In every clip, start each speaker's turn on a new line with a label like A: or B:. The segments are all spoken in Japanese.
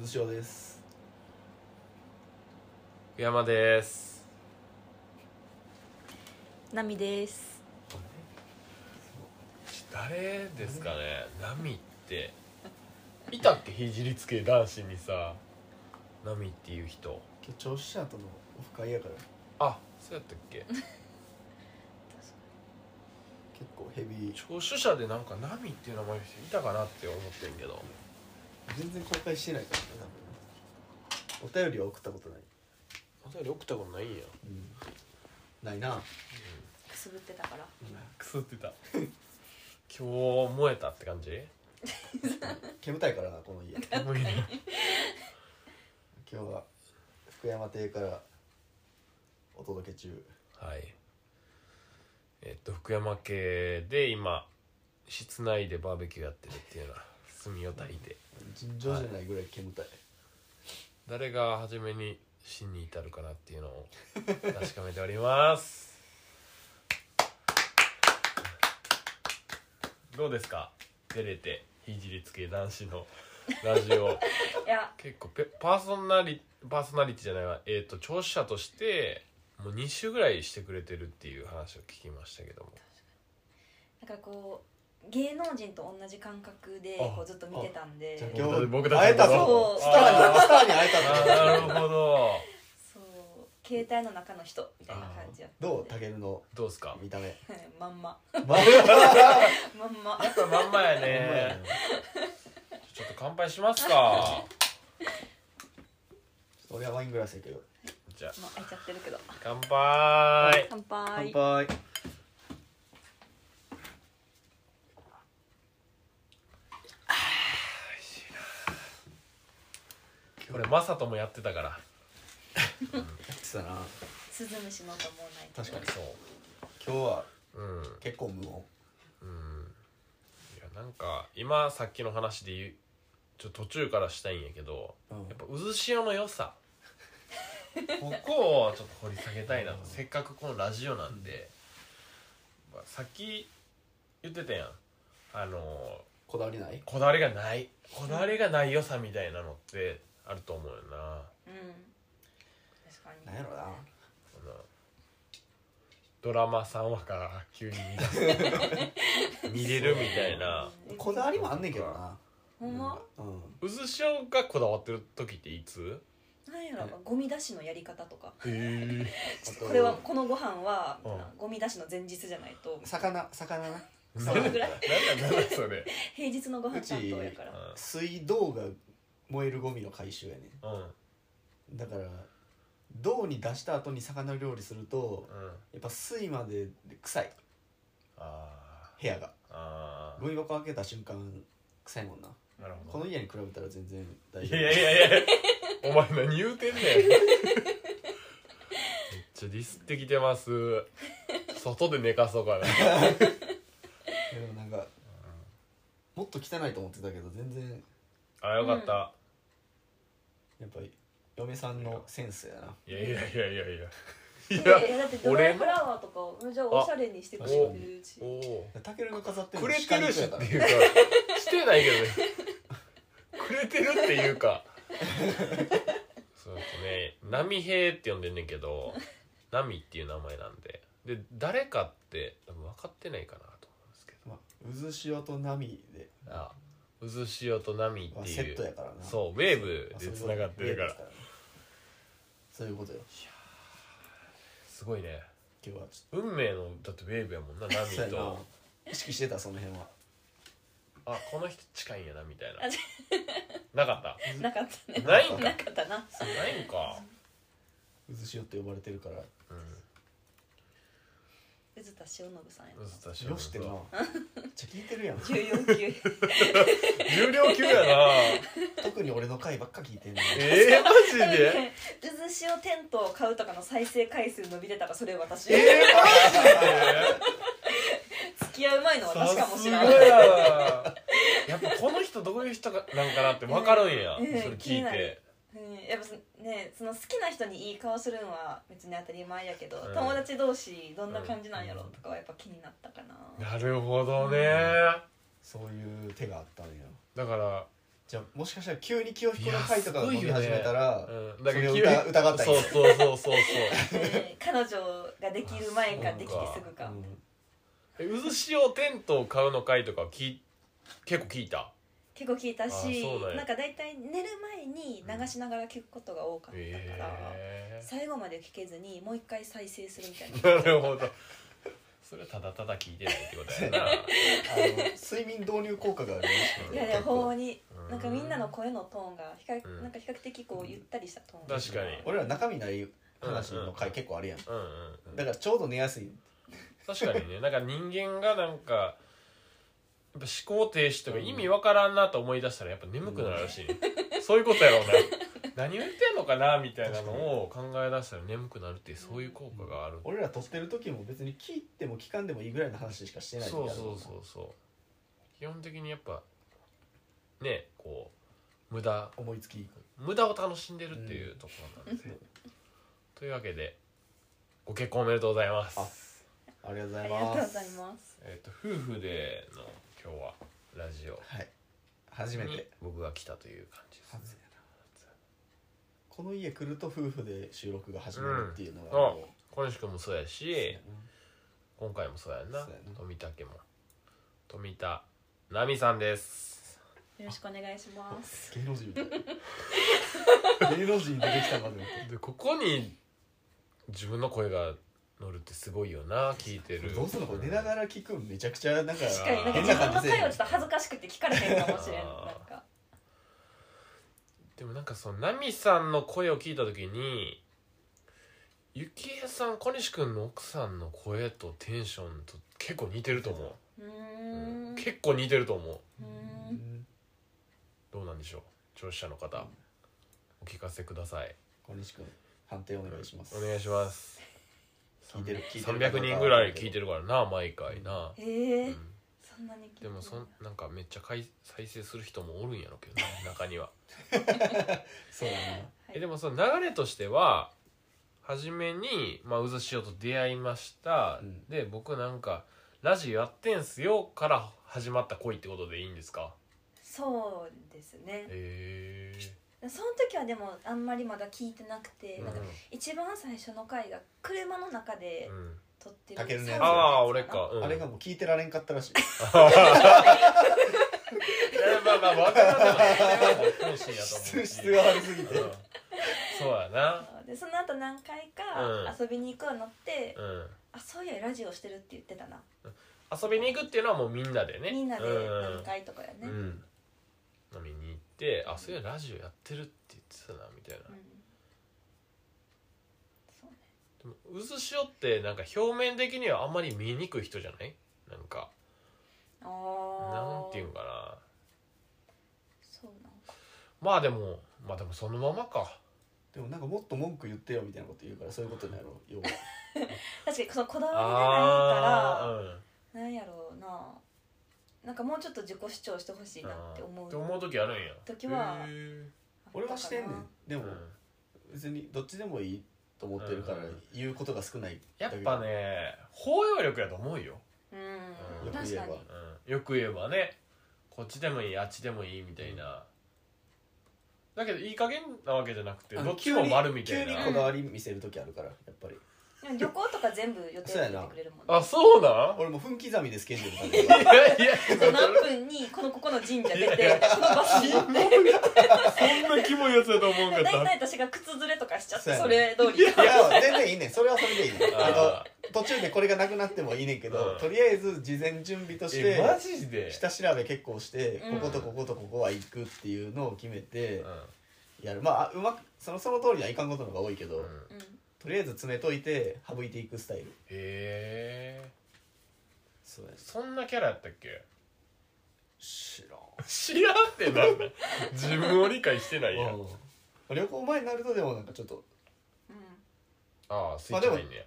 A: 渦潮です
B: 福山です
C: ナミです
B: 誰ですかねナミっていたっけひじりつけ男子にさナミっていう人
A: 今日調子者とのオフ会やから
B: あそうやったっけ
A: 結構ヘビー
B: 聴取者でなんかナミっていう名前の人いたかなって思ってんけど
A: 全然公開してないからね多分お便りは送ったことない、
B: お便り送ったことないんや
A: ないな
C: くすぶってたから
B: くす ってた今日燃えたって感じ
A: 煙たいからなこの家今
B: 無理
A: 日は福山邸からお届け中
B: はいえっと福山家で今室内でバーベキューやってるっていうような炭を焚いて
A: 尋常じゃないぐらい煙たい、
B: 誰が初めに死に至るかなっていうのを確かめておりますどうですか出れてひじりつけ男子のラジオ
C: いや
B: 結構ペパーソナリパーソナリティじゃないわえっ、と聴取者としてもう2週ぐらいしてくれてるっていう話を聞きましたけども
C: なんかこう芸能人と同じ感覚で
B: あ
C: こうずっと見てたんで
A: じゃあ
B: 僕
A: 今日
B: 僕たち
A: 会えた
C: そ
A: ぞ
C: う
A: スターにスターに会え
B: あ
A: たぞ
B: ーなるほど
C: そう携帯の中の人みたいな感じやったんで
A: どうタケルの
B: どうですか
A: 見た目
C: まんま
A: まあ
C: まんま
B: やっぱまんまやねちょっと乾杯しますか
A: 俺はワイングラスやけど
B: じゃあ
C: まあ開いちゃってるけど
B: 乾杯
C: 乾杯
A: 乾杯
B: これマサトもやってたから
A: やってたな
C: スズムシのと思わない
A: 確かに
B: そ
A: 今日は
B: ううんうん
A: 結構無音
B: いやなんか今さっきの話で言うちょっと途中からしたいんやけどやっぱ渦潮の良さここをちょっと掘り下げたいなとせっかくこのラジオなんで、まあ、さっき言ってたやんあのー
A: こだわりない
B: こだわりがないこだわりがない良さみたいなのってあると思うよな
C: うん確かに
A: なんやろな
B: あのドラマ3話から急に見出す 見れるみたいな
C: うん
A: こだわりもあんねんけどな
C: ほんま
A: うん
B: 渦潮がこだわってる時っていつ
C: なんやろゴミ出しのやり方とか
B: へ
A: あと
C: これはこのご飯は
B: うん
C: ゴミ出しの前日じゃないと
A: 魚魚な
C: そのぐらい
B: えなんだそれ
C: 平日のご飯担当やから
B: う
A: 水道が燃えるゴミの回収やね
B: んうん
A: んだから銅に出した後に魚料理すると
B: うん
A: やっぱ水まで臭い
B: あ
A: 部屋が
B: ーあ
A: ゴミ箱開けた瞬間臭いもんな
B: ーなる
A: こ
B: ほ
A: の家に比べたら全然
B: ど
A: 大
B: い
A: 丈
B: や
A: 夫
B: いやいやいやお前何言うてんねんめっちゃディスってきてます外で寝かそうかな
A: いやでもなんかもっと汚いと思ってたけど全然
B: あよかった、
A: やっぱり嫁さんのセンスやない
B: やいやいやいやいや
C: い
B: い
C: やい
B: や
C: やだってドライフラワーとかをじゃあおしゃれにしてくれてるうち
B: おお
A: タケルが飾って
B: くれてるしって
A: ね
B: いうかしてないけどねくれてるっていうかそうですね「波平」って呼んでんねんけど「波」っていう名前なんでで誰かって多分分かってないかなと思うんですけ
A: まあ、渦潮と波で、
B: どあ渦潮と波
A: ま
B: っ
A: あ、
B: て
A: セ
B: い
A: ットや
B: う
A: からなう
B: そうウェーブでつながってるから
A: そういうことよ
B: すごいね
A: 今日はち
B: 運命のだってウェーブやもんな
A: ょっとそう
B: 波
A: やな
B: と
A: 意識してたその辺は
B: あこの人近いんやなみたいな
C: あじ
B: なかっ
C: なかったね
B: たないんか
C: なかったな
B: ないんか
A: 渦潮って呼ばれてるから
B: うん
C: 渦田塩信さんやな
B: 渦田
A: よしってなめっちゃ聞いてる やん
C: 14級
B: 重量級やな
A: 特に俺の回ばっか聞いてんの
B: えー、マジ
C: 渦
B: で
C: 塩テントを買うとかの再生回数伸びてたらそれ私
B: えー、マジ
C: 付
B: で
C: き合う前の
B: さ
C: 私かも
B: す
C: しれ
B: が
C: ない
B: ややっぱこの人どういう人なんかなって分かるんや、
C: うんうん
B: それ聞い
C: 気にな
B: て
C: るうんやっぱそねその好きな人にいい顔するのは別に当たり前やけど
B: うん
C: 友達同士どんな感じなんやろとかはやっぱ気になったかな
B: なるほどね
A: そういう手があったのよ
B: だから
A: じゃあもしかしたら急に清彦の会とかを飲み始めたら、
B: うん、
A: そ
B: だか
A: れ
B: ら
A: を
B: 君
A: 疑疑ったり
B: そうそうそうそうそう
C: えー彼女ができる前
B: あそ
C: か
B: うか
C: できてすぐ
A: う
C: か
A: ん
B: え渦潮テントを買うのかいとか聞い結構聞いた
C: 結構聞いた
B: あ
C: し
B: そうだよ
C: なんか大体寝る前に流しながら聞くことが多かったから、
B: え
C: 最後まで聞けずにもう一回再生するみ たいな
B: ー、なるほどそれはただただ聞いてないってことやな
A: あの睡眠導入効果があるらしく
C: い
A: て
C: やでも
A: 結構
C: ほんまに
B: うん
C: なんかみんなの声のトーンが比較、
B: うん
C: なんか比較的こうゆったりしたトーン
B: 確かに
A: 俺ら中身ない話の回結構あるやん
B: うんうんうん
A: だからちょうど寝やすい
B: 確かにねなんか人間がなんかやっぱ思考停止とか意味わからんなと思い出したらやっぱ眠くなるらしいね、そういうことや ろうな何を言ってんのかなみたいなのを考え出したら眠くなるってそういう効果がある、
A: 俺ら撮ってる時も別に聞いても聞かんでもいいぐらいの話しかしてない時あ
B: そう
A: る
B: そうそうそう基本的にやっぱねこう無駄
A: 思いつき
B: 無駄を楽しんでるっていうところなんですよ、というわけでご結婚おめでとうございます
A: あありがとうご
C: あ
A: ざい
C: りがとうご
A: ます
C: ざいます
B: えっ、と夫婦での今日はラジオ
A: はい初め
B: に
A: て
B: 僕が来たという感じですね
A: 初やなこの家来ると夫婦で収録が始まるっていうのが、も
B: 小西君もそうやし
A: う
B: 今回もそうやんな
A: そうやな
B: 富田家も富田奈美さんです
C: よろしくお願いします
A: 芸能人みたいな芸能人出てきたまでの
B: でここに自分の声が乗るってすごいよな聞いてる
A: どうすんのこれ寝ながら聞くんめちゃくちゃなんか
C: 確かにな
A: 変な
C: んか自分の
A: 感じせえ
C: 声
A: へ
C: を
A: ん
C: ちょっと恥ずかしくて聞かれへんかもしれんなん
B: あー
C: か
B: でもなんかその奈美さんの声を聞いた時にゆきえさん小西君の奥さんの声とテンションと結構似てると思
C: うー
B: う、
C: ん
B: うん
C: う
B: 結構似てると思う
C: ー
A: うんん
B: どうなんでしょう聴取者の方お聞かせください
A: 小西君判定お願いします
B: お願いします
A: 聞いてる聞いてる
B: 300人ぐらい聞いてるからな毎回な、
C: え
B: う
C: ー
B: ん、
C: そんなに聞いて
B: で
C: る
B: もそんなんかめっちゃ回再生する人もおるんやろうけどね中には、
A: そうやな
C: はい
B: えでもその流れとしては初めに、まあ、渦潮と出会いました、
A: うん
B: で僕なんかラジオやってんすよから始まった恋ってことでいいんですか
C: そうですね
B: へ
C: その時はでもあんまりまだ聞いてなくて、
B: えー、
C: なんか
B: うん
C: 一番最初の回が車の中で
B: うん
C: 撮ってる
A: かけるね
C: 最後のやつ
B: ああ俺か、うん、
A: あれがもう聞いてられんかったら しい
B: いやまあまあ分からない本心やと思
A: 質
B: うし
A: 質が悪すぎて
B: うんそうやな
C: でその後何回
B: うん
C: か遊びに行くようになって、
B: うん
C: あそういやラジオしてるって言ってたな、
B: 遊びに行くっていうのはもうみんなでね
C: みんなで
B: うん
C: 何回とかやね、
B: う
C: うん
B: ん、飲みに行って「あそういやラジオやってる」って言ってたなみたいな、
C: そうね
B: でも渦潮ってなんか表面的にはあんまり見えにくい人じゃないなんか
C: あ
B: なん
C: あ
B: ていうんかな
C: そうなんか
B: まあでもまあでもそのままか
A: でもなんかもっと文句言ってよみたいなこと言うからそういうことなんやろ要は
C: 確かにそのこだわりが
B: あー
C: ないから、なんやろうななんかもうちょっと自己主張してほしいなって
B: うん
C: 思う
B: って思う時あるんや
C: 時は
B: へー
A: 俺はしてんねんで
B: う
A: も
B: ん
A: 別にどっちでもいいと思ってるから
B: うん
A: 言うことが少ない
B: やっぱね包容力やと思うよ、
C: うん、
B: うん
C: 確かに
B: うん、よく言えばねこっちでもいいあっちでもいいみたいな、だけどいい加減なわけじゃなくて
A: あ
B: ど
A: の
B: っちも丸みたい
A: 急に
B: な
A: 急にこだわり見せる時あるからやっぱり
C: でも旅行とか全部予定入れてくれるもんね
B: あそうなん
A: 俺も分刻みでスケジュール立てる
B: いやいや
C: そう何分にこのここの神社出てこのバスに乗って
B: そんなキモいやつやと思うんか
C: 大
B: った
C: 体私が靴ずれとかしちゃって
A: そ
C: そう
A: や
C: れ通り
A: いや全然いいねんそれはそれでいいねんあ
B: あ
A: の途中でこれがなくなってもいいねんけど、
B: うん
A: とりあえず事前準備とし
B: え
A: て
B: マジで
A: 下調べ結構して、
C: うん
A: こことこことここは行くっていうのを決めて
B: うん
A: やるまあうまくそのその通りにはいかんことの方が多いけど、
B: うん
C: うん
A: とりあえず詰めといて省いていくスタイル
B: へえ
A: そうや
B: そんなキャラやったっけ
A: 知らん
B: 知らんってなんだ自分を理解してないやん
A: うんまあ旅行前になるとでもなんかちょっと
C: う
B: ああスイッチないんだよ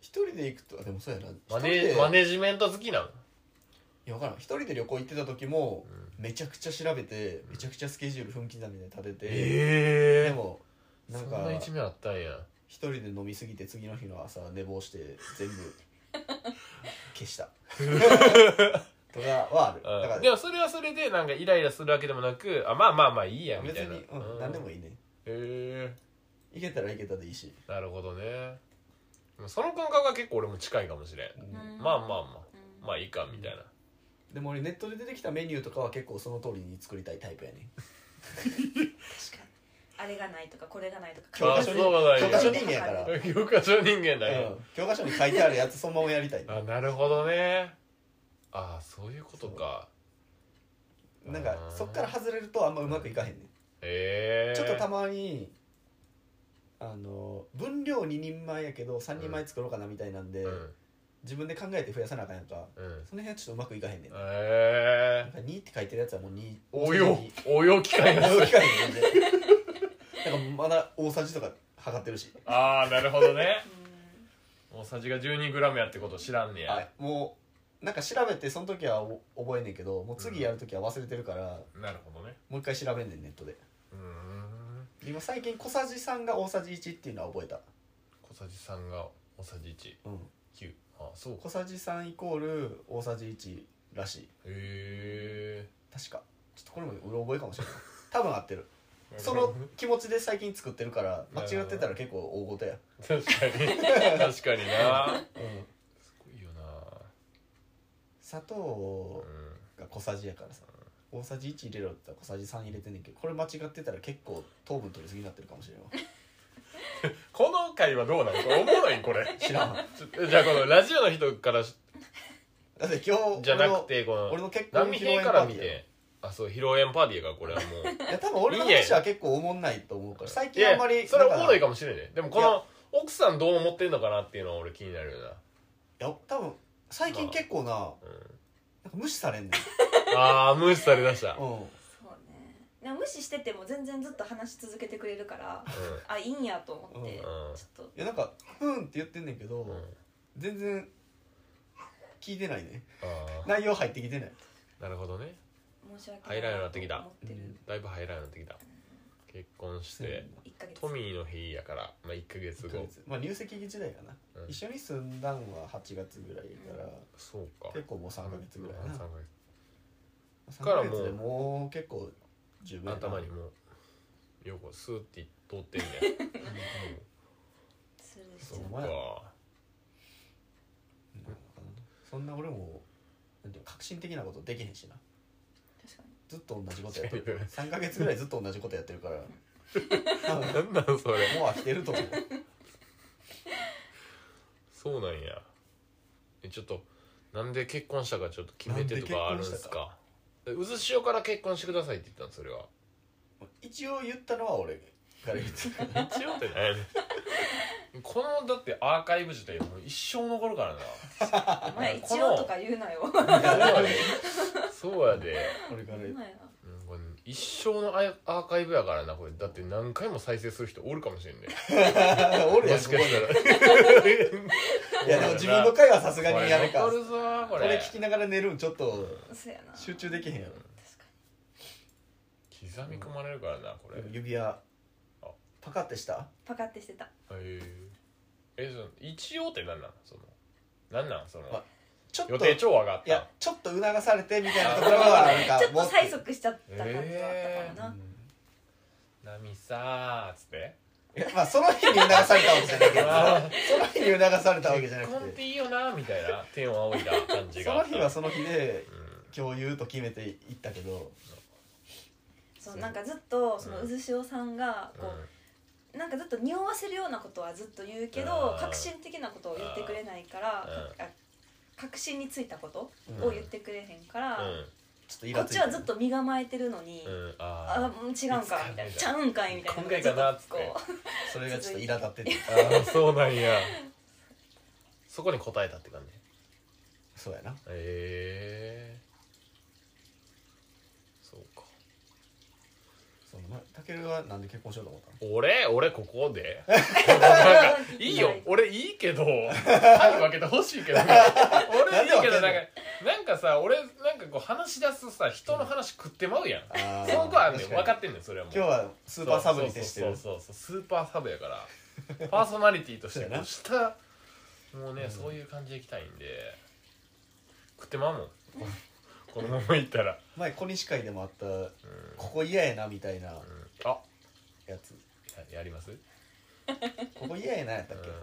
A: 一人で行くとあでもそうやな一
B: マ
A: 人
B: ネ
A: で
B: マネジメント好きなの
A: いや分からん一人で旅行行ってた時も
B: う、ん
A: めちゃくちゃ調べてめちゃくちゃスケジュール分刻みで立てて、
B: え
A: でもなん
B: そんな
A: か
B: 一面あったんや
A: 一人で飲みすぎて次の 日の朝寝坊して全部消したとかはあるだ
B: う
A: か
B: ん、で
A: ら
B: もそれはそれでなんかイライラするわけでもなくあまあまあまあいいやみ
A: 別
B: たいな
A: に、うん、何でも
B: いい
A: いいね
B: へ
A: いけたらいけたでいいし、
B: えなるほどねその感覚が結構俺も近いかもしれん、
C: うん
B: まあまあまあまあ
C: い
B: いいかみたいな
A: でも俺ネットで出てきたメニューとかは結構その通りに作りたいタイプやね
C: 確かにあれがないとかこれがないとか
A: 教科
B: あ
A: 書に
B: そうなんや
A: 教科書人間やから、うん、
B: 教科書人間だよ、
A: 教科書に書いてあるやつそのままやりたい
B: あなるほどねああそういうことか
A: なんかそっから外れるとあんまうまくいかへんね、
B: へえ
A: ちょっとたまにあの分量2人前やけど3人前作ろうかなみたいなんで、
B: うん
A: 自分で考えて増やさなあかんやんか
B: うん
A: その辺はちょっとうまくいかへんねん、
B: え
A: なん
B: え
A: か2って書いてるやつはもう2
B: 応用応用機会
A: 応 用機械なんでなんかまだ大さじとか測ってるし、
B: ああなるほどね大さじが 12g やってこと知らんねや、
A: はい、もうなんか調べてその時はお覚えんねんけどもう次やる時は忘れてるから、
B: なるほどね
A: もう一回調べんねんネットで
B: うーん
A: 今最近小さじ3が大さじ1っていうのは覚えた、
B: 小さじ3が大さじ
A: うん、
B: 19あそうか
A: 小さじ3イコール大さじ1らしい
B: へ
A: 確かちょっとこれもうろ覚えかもしれない多分合って る
B: え
A: その気持ちで最近作ってるから間
B: なるほど
A: 違ってたら結構大ごとや、
B: 確かに確かにな
A: うん、
B: すごいよな
A: 砂
B: う
A: 糖
B: ん
A: が小さじやからさ大さじ1入れろって言ったら小さじ3入れてんねんけどこれ間違ってたら結構糖分取りすぎになってるかもしれんわ
B: この回はどうなのこれおもろいこれ
A: 知 らん
B: ちょじゃあこのラジオの人からし
A: だって今日
B: じゃなくてこ
A: 俺の俺
B: の
A: の結婚披
B: 波
A: 露
B: 平
A: 宴パ
B: か
A: ー
B: ら
A: テ
B: 見
A: ィーや
B: てあそう披露宴パーティーやからこれはもう
A: いや多分俺の
B: いいや
A: 話は結構おもんないと思うから最
B: い
A: 近あ
B: や
A: んまり
B: それお
A: なん
B: も
A: か
B: ろいかもしれないねでもこ
A: いや
B: の奥さんどう思ってんのかなっていうのは俺気になるよ
A: いや多分最近結構ななんか
B: な、うん
A: 無視されんねん
B: ああ無視され だした、うん、
A: うん
C: そうねでも無視してても全然ずっと話し続けてくれるからあいいんやと思って、
A: うん
B: うん
C: ちょっと
A: いやなんか「うん」って言ってんねんけど、
B: うん
A: 全然聞いてないね
B: あ
A: 内容入ってきてない
B: あなるほどね
C: 申し訳
B: 入らんようになってきた
C: と思ってる
B: だいぶ入らんようになってきた結婚して
C: 一ヶ月
B: トミーの日やから、まあ、1ヶ月
A: 1ヶ
B: 後
A: 月まあ入籍時代かな、
B: うん
A: 一緒に住んだんは8月ぐらいやから、
B: そうか
A: 結構もう3ヶ月ぐらいやな
B: 3ヶ
A: 3
B: から
A: ヶ
B: もう
A: 月でもう結構十分
B: 月
A: やな
B: 頭にもうようこスーって通って んねん
C: するし
B: そ
A: お
B: う
A: 前
B: か
A: そんな俺もなんていうの革新的なことできへんしな
C: 確かに
A: ずっと同じことやって
B: 確か
A: る3
B: に
A: ヶ月ぐらいずっと同じことやってるから多分も
B: なんなんそれ
A: う飽きてると思う
B: そうなんやえちょっとなんで結婚したかちょっと決めてとかあるん
A: なんで結婚し
B: す
A: た
B: かえ渦潮から結婚してくださいって言ったのそれは
A: 一応言ったのは俺から言ってた
B: 一応ってないねんこのだってアーカイブ自体もう一生残るからな
C: お 前
B: こ
C: 一
B: の
C: 応とか言うなよ
B: そうやでそうやで、
A: 俺から言っ
C: ほんまや
B: うんこれ一生のアイアーカイブやからなこれだって何回も再生する人おるかもしれんね
A: た俺や
B: もしかしたら
A: いやでも自分の回はさすがにやるか
B: こ
A: これ
B: れ残るぞーこれ
A: 聞きながら寝るんちょっと
C: なそうやな
A: 集中できへんやろ
C: 確か
B: 刻み込まれるからなこれ、
A: でも指輪パカってした
C: にパカってしてた
B: ええその一応って何なんその何なんその
A: あちょっと
B: 予定調和があっ
A: い
B: た
A: やちょっと促されてみたいなところはなんか
C: ちょっと
A: もっ
C: 催促しちゃった感じはあったからな、
B: 波さーっつって
A: いやまあその日に促されたわけじゃないけど
B: あ
A: その日に促されたわけじゃな
B: 結
A: く
B: 婚ってていいよなみたいな天を仰いだ感じ
A: そ
B: が
A: の日は
B: そ
A: その日で
B: うん
A: 共有と決めていったけど
C: そうなんかずっとその渦潮さんがこ
B: うん
C: う、なんかずっと匂わせるようなことはずっと言うけど、
B: うん
C: 革新的なことを言ってくれないから、
B: う
C: か革新についたこと
A: うん
C: を言ってくれへんから、
A: ちょっとイ
C: こ
A: ラ
C: っ
A: つ
C: ち
A: いた
C: はずっと身構えてるのに、
B: うんうん
C: あ
B: あ
C: うん違うんかみたい
B: い
C: な
B: つ
C: ち
B: か
C: ゃうんかいみたいな
B: 今回かなっつって
C: ずとこ
A: それがちょっとイラ立ってて
B: ーあーそうな んやそこに答えたって感じ
A: そうやな
B: ええそうか
A: そのまたけるはなんで結婚しようと思ったの
B: 俺俺ここ で
C: う
B: いいよ俺いいけどタイ分けてほし いけど俺いいけどなんかなんかさ俺なんかこう話し出すさ人の話食ってまうやん
A: あー
B: そこはね
A: 確かに
B: 分かってんねんそれはもう
A: 今日はスーパーサブに徹してる
B: そうそうそうそうスーパーサブやからパーソナリティとして
A: そうや
B: こ
A: な
B: うしたもうね、
A: うん
B: そういう感じでいきたいんで食ってまうもんこのままいったら、
A: 前小西会でもあった
B: うん
A: ここ嫌やなみたいな
B: うんあ
A: やつ
B: ややります
A: ここ嫌やなやったっけ、
B: うん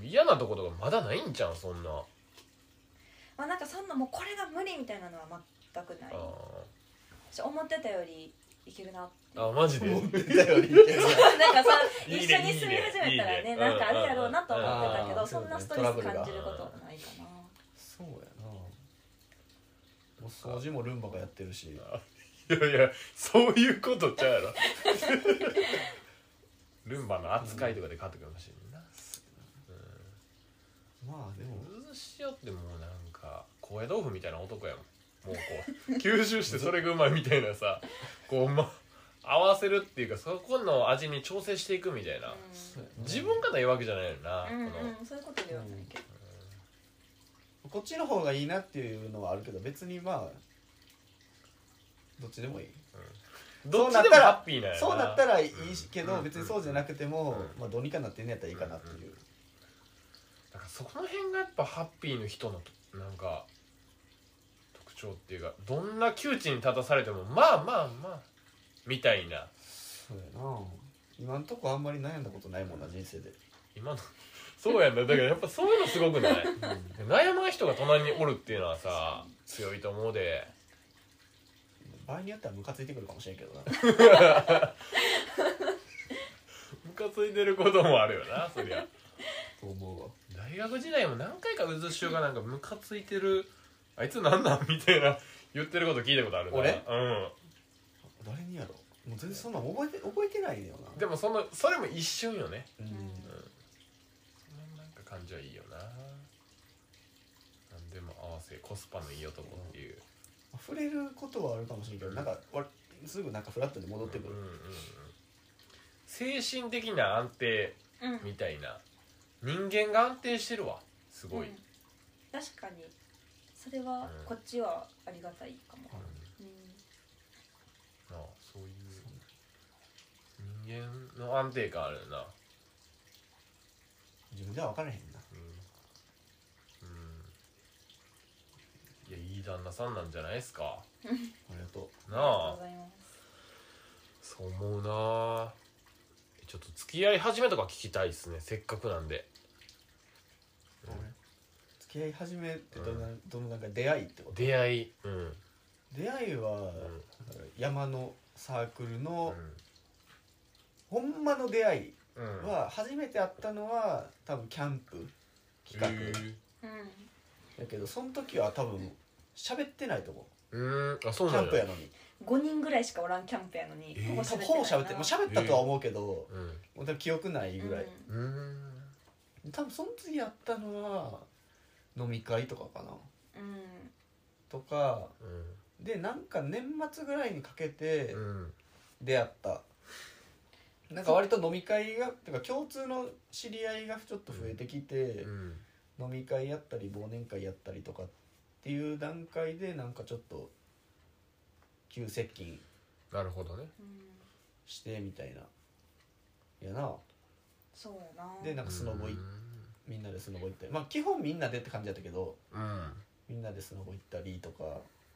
B: うん嫌なとことかまだないんじゃんそんなあ
C: まあなんかそんなもうこれが無理みたいなのは全くない私思ってたよりいけるなって
B: ーあマジで
A: 思ってたよりいける
C: なんかさ
B: いいね
C: 一緒に住み始めたらね
B: いいね
C: なんかあるやろうなと思ってたけど、
A: うん
C: そんなストレス感じることはないかな、
A: そうやなお掃除もルンバがやってるし
B: いやいやそういうことちゃうやろルンバの扱いとかで変わってくるかもしれんな
A: まあでも
B: うずしおってもうなんか高野豆腐みたいな男やもんもうこう吸収してそれがうまいみたいなさこうま合わせるっていうかそこの味に調整していくみたいな
C: う
A: そうやな
B: 自分がないわけじゃないよな、
C: ん、うん
B: この
C: うんそういうことではないけど、
A: こっちの方がいいなっていうのはあるけど別にまあどっちでもいい
B: どっち
A: そうな
B: で
A: っ
B: も
A: たら
B: ハッピーなんやな
A: そうなったらいいし
B: うん
A: けど、別にそうじゃなくても、まあ、どうにかなってんねやったらいいかなっていう、
B: だからそこの辺がやっぱハッピーの人のとなんか特徴っていうかどんな窮地に立たされてもまあまあまあみたいな
A: そうやな今んとこあんまり悩んだことないもんな人生で、
B: 今のそうやんなだからやっぱそういうのすごくない
A: うん
B: 悩まん人が隣におるっていうのはさ強いと思うで
A: 場合によってはムカついてくるかもしれんけどな
B: ムカついてることもあるよなそりゃ
A: と思うわ
B: 大学時代も何回かうずしおがなんかムカついてるあいつなんなんみたいな言ってること聞いたことあるな
A: 俺
B: うん
A: 誰にやろもう全然そんなん覚えて覚えてないよな
B: でもそのそれも一瞬よね
A: うん
B: なんか感じはいいよな何でも合わせコスパのいい男っていう
A: 触れることはあるかもしれんけどなんかわすぐなんかフラットに戻ってくる、
B: うんうんうん精神的な安定
C: うん
B: みたいな人間が安定してるわすごい、
C: うん確かにそれはこっちはありがたいかも、
A: うん
C: うん
B: なあそういう人間の安定感あるよな
A: 自分では分からへんな
B: うん、うん、いやいい旦那さんなんじゃないですか
A: ありがとう
B: な
C: あ
B: あ
C: りがとうございます
B: そう思うなちょっと付き合い始めとか聞きたいですねせっかくなんでうん
A: 付き合い始めってどんな、
B: う
A: どのなんか出会いってこと
B: 出会いうん
A: 出会いは、だから山のサークルの、ほんまの出会い
B: うん
A: は、初めて会ったのは多分キャンプ企
B: へ
A: 画
B: え
A: だけどその時は多分喋ってないと思
B: うんあそうう
A: キ
B: な
A: ャ
B: ん
A: ンプや
B: だ
A: のに
C: うん、5人ぐらいしかおらんキャンプやのに、
B: えー
A: 多分ほぼ喋ってもう
C: 喋
A: 喋ったとは思うけど、
B: うん
A: もう多分記憶ないぐらい、
B: うん
A: 多分その次やったのは飲み会とかかな
C: うん、
A: とか
B: うん
A: でなんか年末ぐらいにかけて
B: うん
A: 出会った、なんか割と飲み会がてか共通の知り合いがちょっと増えてきて
B: う、ん
A: 飲み会やったり忘年会やったりとかっていう段階でなんかちょっと急接近
B: なるほどね
C: うん、
A: してみたいなやな
C: そうやな
A: でなんかスノボ行っみんなでスノボ行ったりまあ基本みんなでって感じだったけど
B: うん
A: みんなでスノボ行ったりとか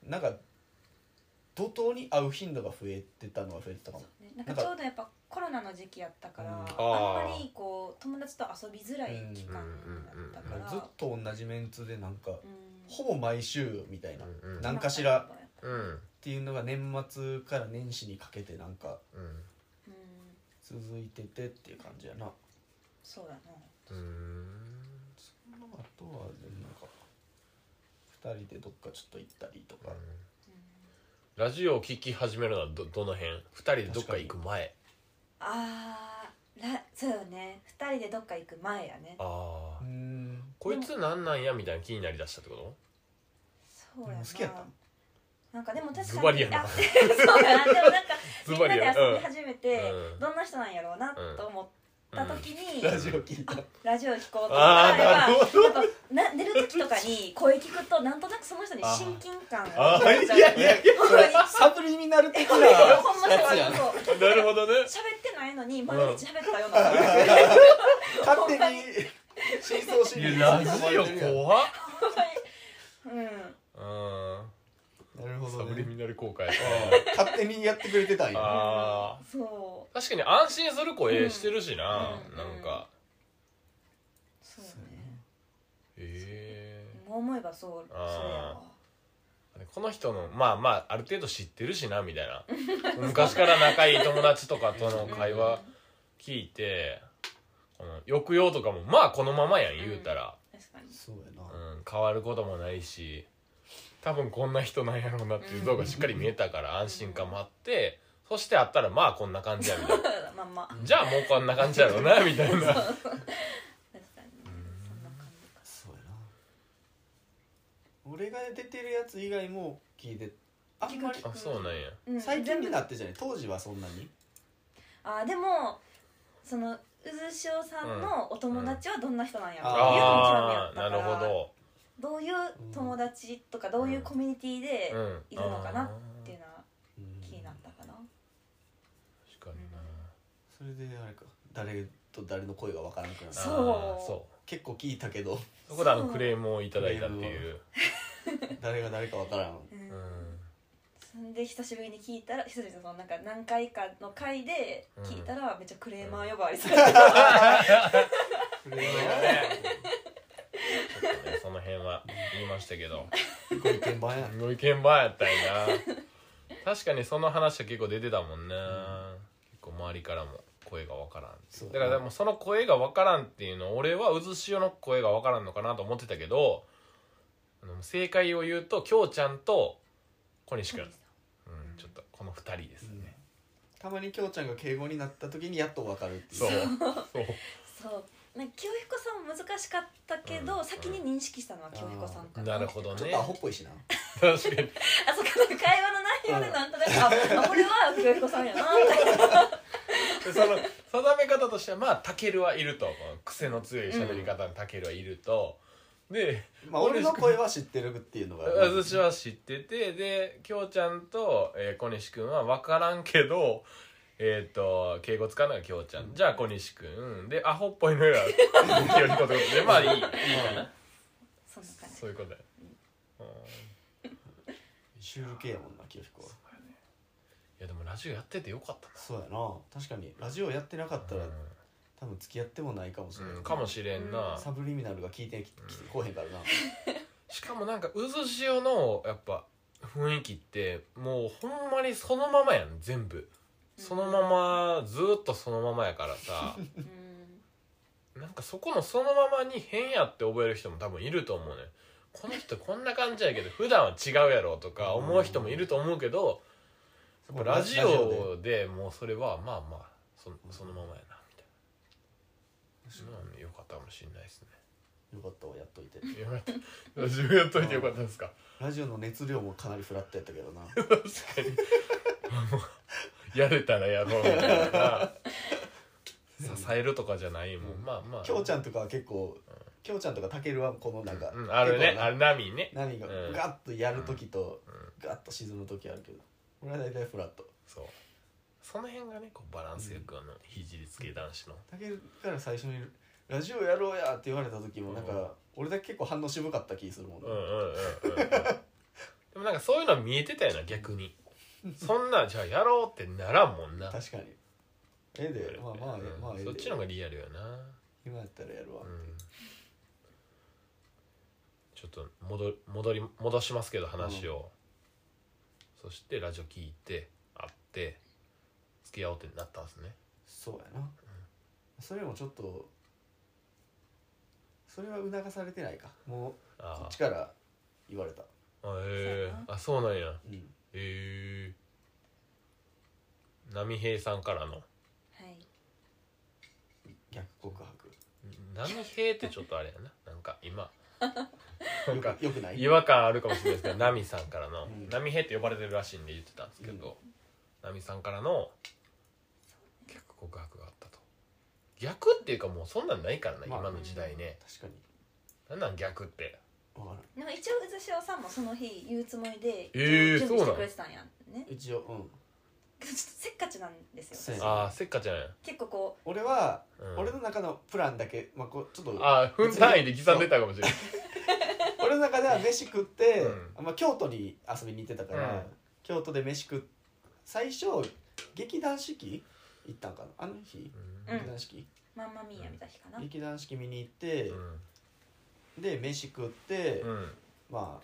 A: なんか怒涛に会う頻度が増えてたのは増えてたかも
C: ねなんかちょうどやっぱコロナの時期やったから、
A: うん
C: あ
A: あ
B: ー
C: んまりこう友達と遊びづらい期間だったか
B: うん
A: も
C: ら
A: うずっと同じメンツでなんか
C: うん
A: ほぼ毎週みたいなっ
B: うんうん
A: なんかしら
B: うん
A: ていうのが年末から年始にかけてなんか
B: うん
C: うん
A: 続いててっていう感じやな
C: そうだな
B: うん
A: そのあとはでもなんか2人でどっかちょっと行ったりとか、
B: ラジオを聞き始めるのはどどの辺二人でどっか行く前
C: あーらそうよね2人でどっか行く前やね
B: あ
A: う
B: あ
A: ん
B: こいつなんなんやみたいな気になりだしたってこ
C: そう
A: で
C: や
A: も
C: な
A: 好きやったの
C: なんかでも確かに
B: ズバリやな
C: あそうやなでもなんか
B: と
C: みんなで
B: やな
C: 遊
B: う
C: び
B: ん
C: 始めて、
B: うん
C: どんな人なんやろうなと思った時に、
A: ラジオ聞いた
C: ラジオ聞こうと思った
B: ああ
C: ら
B: なるほど
C: なんかな寝る時とかに声聞くとなんとなくその人に親近感
B: ああいやい
C: ほん
B: やいや
A: それサプリミナル的な
C: ま
A: やつ
C: そう
A: やん
C: そう
B: なるほどね
C: 喋ってないのに毎日喋ったような感じ
A: 勝手に真相心
B: いやラジオ怖っ
C: ほんまにうん
B: うん
A: なるほ
B: サ
A: ど
B: ブリ
A: ね
B: ミナル効果や
A: 勝手にやってくれてたんや
B: あー
C: そう
B: 確かに安心する声してるしな、
C: うん
B: なんか、
C: そう
A: そうや
C: ね
B: え
C: 今思えばそうそうやわ
B: えこの人のまあまあある程度知ってるしなみたい な昔から仲いい友達とかとの会話聞いてこの抑揚とかもまあこのままやん言うたら、
C: うん確かに
A: そうやな
B: うん変わることもないし多分こんな人なんやろうなっていう像がしっかり見えたから安心感もあってそしてあったらまあこんな感じや みたいな
C: まあまあ
B: じゃあもうこんな感じやろうなみたいな
C: 確かにそんな感じか
A: そうやな俺が出てるやつ以外も聞いてあんまり
C: 聞
B: あ
C: く
B: そうなんや
C: うん
A: 最近に
C: 全部
A: なってじゃない当時はそんなに
C: あでもその渦潮さんのお友達はどんな人なんやろっていうのも興味あ
B: あ
C: っ
B: あな
C: た
B: る
C: から
B: ほ
C: どういう友達とかどういうコミュニティで
B: ど、うん、
C: いるのかなっていううのは
A: うん
C: 気になったかな
B: 確かにな
A: それであれか誰と誰の声がわからなくなる
C: そう
B: あーそう
A: 結構聞いたけ ど
B: そこであのクレームをいただいたっていう
A: 誰が誰かわからん
C: う
B: うんん
C: そんで久しぶりに聞いたら久しぶりにそのなんか何回かの回で聞いたらめっちゃクレーマー呼ばわりされて
A: それは
B: ちょっとねその辺は言いましたけど
A: ご意見番や
B: ご意見番やったんやな確かにその話は結構出てたもんね、結構周りからも声が分からん
A: そう
B: だからでもその声が分からんっていうの俺は渦潮の声が分からんのかなと思ってたけどあの正解を言うと京ちゃんと小西君、うん、ちょっとこの2人で
A: う
B: す
A: ん
B: ね、
A: たまにきょうちゃんが敬語になった時にやっとわかるっていう
B: そうそう
C: そうなんか清彦さんは難しかったけど、
B: うん
C: 先に認識したのは清彦さんかな
B: なるほど
A: ちょっ
B: ね
A: とアホっぽいしな
B: 確かに
C: あそうかなんか会話の内容でなんとなく、ああこれは清彦さんやなみたいな
B: でその定め方としてはまあタケルはいるとこの癖の強い喋り方のタケルはいると、で
A: まあ俺の声は知ってるっていうのが
B: 私は知っててで京ちゃんと、えー小西君は分からんけどえっ、と敬語使うのが京ちゃん、じゃあ小西君でアホっぽいのが清彦ってこと でまあいいいいかな
C: そんな感じ
B: そういうことだよ、うんい
A: シュール系やもんなきよしこは
B: やでもラジオやっててよかったな
A: そうやな確かにラジオやってなかったら多分付き合ってもないかもしれ
B: うん
A: ない
B: かもしれんな、
A: サブリミナルが聞いてききてこうへんからな
B: しかもなんか渦潮のやっぱ雰囲気ってもうほんまにそのままやん全部そのままずーっとそのままやからさ
C: うん
B: なんかそこのそのままに変やって覚える人も多分いると思うねこの人こんな感じやけど普段は違うやろとか思う人もいると思うけどやっぱラジオでもうそれはまあまあそそのままやなみたいなうんよかったかもしれないです
A: よかったわやっといて
B: ねよかったラジオやっといてよかったですか
A: ラジオの熱量もかなりフラットやったけど な
B: やれたらやろうみたい な支えるとかじゃないもん、まあまあ
A: きょうちゃんとかは結構きょうちゃんとかたけるはこのなんか、
B: うん、ある
A: 結
B: ね
A: 構な
B: あれ波ね
A: 波が
B: うん
A: ガッとやる時とガッと沈む時あるけど俺は大体フラット
B: そうその辺がねこうバランスよくあの肘つけ男子の
A: たけるから最初に「ラジオやろうや」って言われた時もなん
B: うん
A: か俺だけ結構反応渋かった気するもん
B: う
A: なん
B: う んうんうんうんでもなんかそういうのは見えてたよな逆にそんなんじゃあやろうってならんもんな
A: 確かにええでまあまあええ
B: うん
A: まあええ
B: そっ
A: で
B: ちの方がリアルよな
A: 今やったらやるわ
B: うんちょっと戻る戻り戻しますけど話を、そしてラジオ聞いて会って付き合おうってなったんですね
A: そうやなそれもちょっとそれは促されてないかもう
B: あ
A: こ
B: ー
A: っちから言われた
B: あへえ
C: そうや
B: あそうなんや
A: うん
B: へえ波平さんからの
C: はい
A: 逆告白
B: 波平ってちょっとあれやななんか 今なん
A: よ
B: か
A: くよくない
B: 違和感あるかもしれないですけど波さんからの
A: うん
B: 波平って呼ばれてるらしいんで言ってたんですけど波さんからの逆告白があったと逆っていうかもうそんなんないからな
A: まあ
B: 今の時代ね
A: 確かに
B: なんなん逆って
A: 分からん
C: でも一応渦潮さんもその日言うつもりで
B: えー
C: 準備してくれてたんやね
A: 一応うん
C: けどちょっとせっかちなんです
A: そう
C: よ
A: や
C: 私
A: な
B: ああせっかちなんや
C: 結構こ
A: 俺は
B: うん
A: 俺の中のプランだけまあこうちょっと
B: ああ分単位で刻んでたかもしれない
A: 俺俺の中では飯食って、
B: う
A: まあ、京都に遊びに行ってたから、
B: うん
A: 京都で飯食っ最初劇団四季行ったんかなあの日、
C: うん
A: 劇団四季
C: マンマミーヤ見た日かな
A: 劇団四季見に行って
B: う、ん
A: で飯食って、
B: うん
A: ま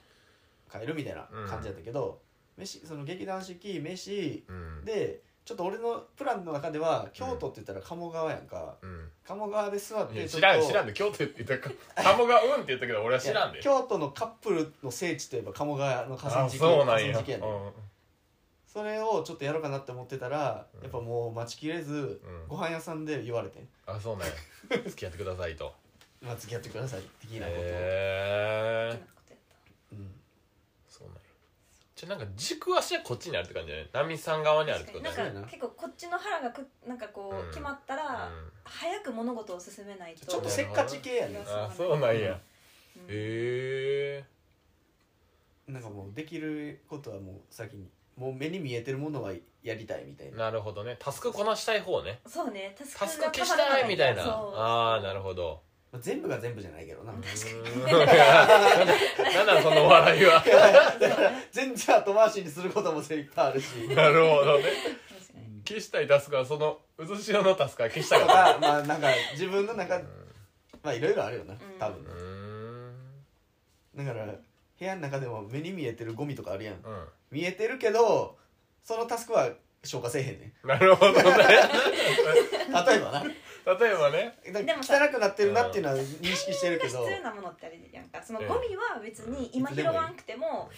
A: あ帰るみたいな感じやったけど、飯その劇団四季飯
B: うん
A: でちょっと俺のプランの中では京都って言ったら鴨川やんか、
B: うん
A: 鴨川で座っ
B: いや
A: て
B: 知らん知らん
A: ん
B: で京都って言った から鴨がうんって言ったけど俺は知らんで
A: 京都のカップルの聖地といえば鴨川の河川
B: あ
A: 敷
B: そうなん
A: 河
B: や
A: 川敷やねんそれをちょっとやろうかなって思ってたら、
B: うん
A: やっぱもう待ちきれず、
B: うん
A: ご飯屋さんで言われて
B: あそうなんや付き合ってください と
A: 「まあ、付き合ってください」的なことを、
B: へえ
C: 好きなことやった
A: うん、
B: そうなんやじゃあなんか軸足はこっちにあるって感じだね波さん側にあるってこと
C: な
B: だ
C: ん
B: ね
A: 確
C: か結構こっちの腹がくなんかこ
B: うん
C: う決まったら、
B: うん
C: 早く物事を進めないと
A: ちょっとせっかち系やね
C: か
B: あそうなんや
C: うん
B: へえ
A: なんかもうできることはもう先にもう目に見えてるものはやりたいみたいな
B: なるほどねタスクこなしたい方ね
C: そうねタス
B: タスク
C: が
B: 消
C: 変
B: し
C: わら
B: たいみたいな
C: そう
B: ああなるほど
A: まあ全部が全部じゃないけどな
B: うーん なんだその笑い は
C: そうね
A: 全然後回しにすることも精一杯あるし
B: なるほどね
C: 確かに
B: 消したいタスクはその渦潮のタスクは消した
A: と
B: か
A: かまあなんか自分の中まあいろいろあるよな多
B: う
A: 分
B: ーん
A: だから部屋の中でも目に見えてるゴミとかあるやん
B: うん
A: 見えてるけどそのタスクは消化せえへんねん
B: なるほどね
A: 例えばな
B: 例えばね
A: だ
C: で
A: か
C: も
A: ら
C: さ
A: 汚くなってるなっていうのは認識してるけど
C: 必要なものってあれやんかその
B: ええ
C: ゴミは別に今
A: いつで
C: 拾
A: もいい
C: わんくても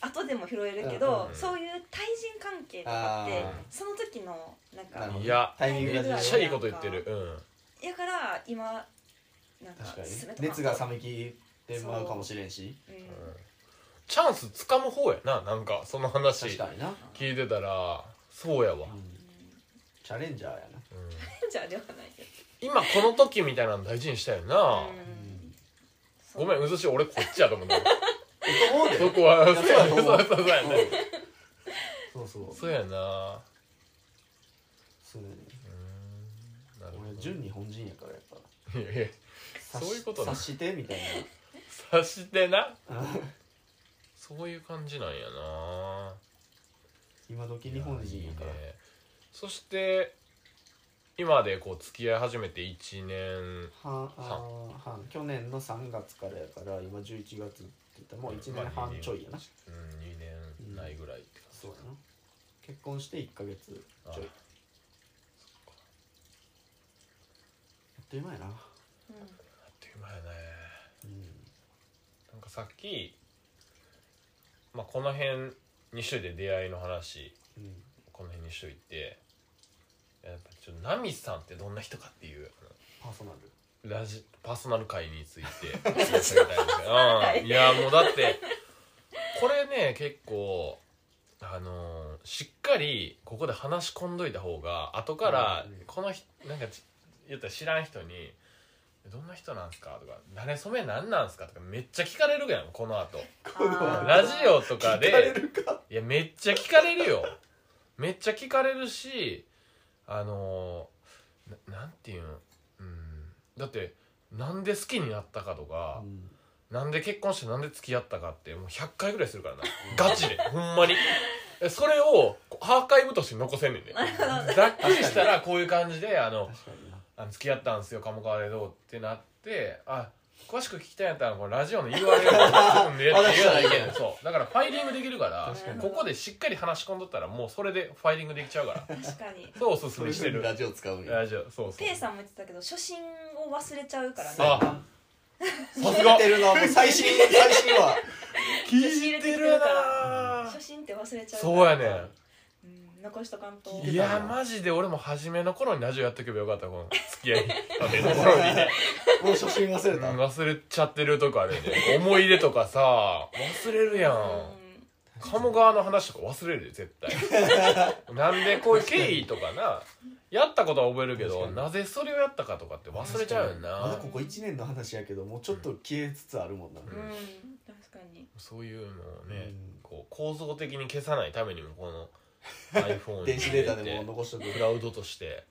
C: 後でも拾えるけ
A: うんうん
C: ど
B: うん
C: そういう対人関係とかって
A: あー
C: その時のなん
A: なる
C: か
A: ほど
B: いや
A: タイミング
B: め
A: が
B: っ
A: 重
B: ちゃ
A: 要
B: いいこと言ってる
C: やから今なんか
A: 確かに
C: 進めとかんと
A: 熱が冷めきってまうかもしれんし
C: う
B: うん
C: ん
B: チャンス掴む方やななんかその話
A: 確かにな、
B: 聞いてたらそうや
A: う
B: わ
A: んチャレンジャーやな
B: うん
C: じゃあではないけど
B: 今この時みたいなの大事にしたよな
C: うんそう
B: ごめんうずし俺こっちやと思 って
A: と思うで
B: そこはそう
A: そうや
B: や
A: と
B: ね
A: 思う
B: そうそうそう
A: そうそう
B: やねそうやな
A: そうだね
B: なるほ
A: 俺
B: ど
A: 純日本人やからやっぱ
B: いやいや
A: 察し
B: そういうことな
A: 察してみたい
B: 察してな
A: な
B: そういう感じなんやな
A: 今時日本人やから
B: いいねそして今でこう付き合い始めて1年
A: 半あー半去年の3月からやから今11月って言ったらもう1年半ちょいやな、
B: うん2年ないぐらいって感じ
A: そうやな結婚して1ヶ月ちょいあっという間やな
C: うん
B: あっという間やね
A: うん
B: なんかさっき、まあ、この辺にしといて出会いの話
A: うん
B: この辺にしといてやっぱちょっとナミさんってどんな人かっていう
A: パーソナル
B: ラジパーソナル会に ついて
C: 会
B: うんいやもうだってこれね結構あのーしっかりここで話し込んどいた方が後から
A: うん
B: この人なんかち言ったら知らん人に「どんな人なんすか?」とか「誰染めなんなんすか?」とかめっちゃ聞かれるやんこの後
C: あー
B: ラジオとか
A: 聞かれ
B: で
A: るか
B: いやめっちゃ聞かれるよめっちゃ聞かれるしあのーななんていうのうんだってなんで好きになったかとか
A: う、ん
B: なんで結婚してなんで付き合ったかってもう100回ぐらいするからなガチでほんまにえそれをこうアーカイブとして残せんねんでざっくりしたらこういう感じであの
A: 確かにな
B: あの付き合ったんすよ鴨川でどうってなってあ詳しく聞きたいんやったらこのラジオの URL を打ち込んでって
A: 話
B: い
A: し
B: う
A: たらい
B: のがい
A: い
B: い
A: け
B: け
A: ど
B: どそうだからファイリングできるから
A: 確かに
B: ここでしっかり話し込んどったらもうそれでファイリングできちゃうから
C: 確かに
B: そうおすす
A: そうい
B: め
A: う
B: し
A: 風に
B: てる
A: ラジオ使うんや
B: ラジオそうそう
C: ペイさんも言ってたけど初心を忘れちゃうからね
B: あさす
A: 聞い
B: が
A: てるのはもう最新最新は
B: 聞いてるなぁ
C: 初心って忘れちゃうから
B: そうやね
C: うん、残しとかんと
A: 聞
B: ん
A: て
B: い
A: た
B: やマジで俺も初めの頃にラジオやっとけばよかったこの付き合いための頃にね
A: もう初心忘れ
B: うん
A: た
B: 忘れちゃってるとこあるよね思い出とかさ忘れるやん
C: うん
B: 鴨川の話とか忘れるで絶対 なんでこういう経緯とかなやったことは覚えるけ
A: 確
B: ど
A: かに
B: なぜそれをやったかとかって忘れちゃうよ
A: まだ
B: な
A: ここ1年の話やけどもうちょっと消えつつあるもんな
B: う
C: うんん、確かに
B: そういうのをね
A: うん
B: こう構造的に消さないためにも この iPhone に
A: 電子データでも
B: 入れ
A: 残しとく
B: てクラウドとして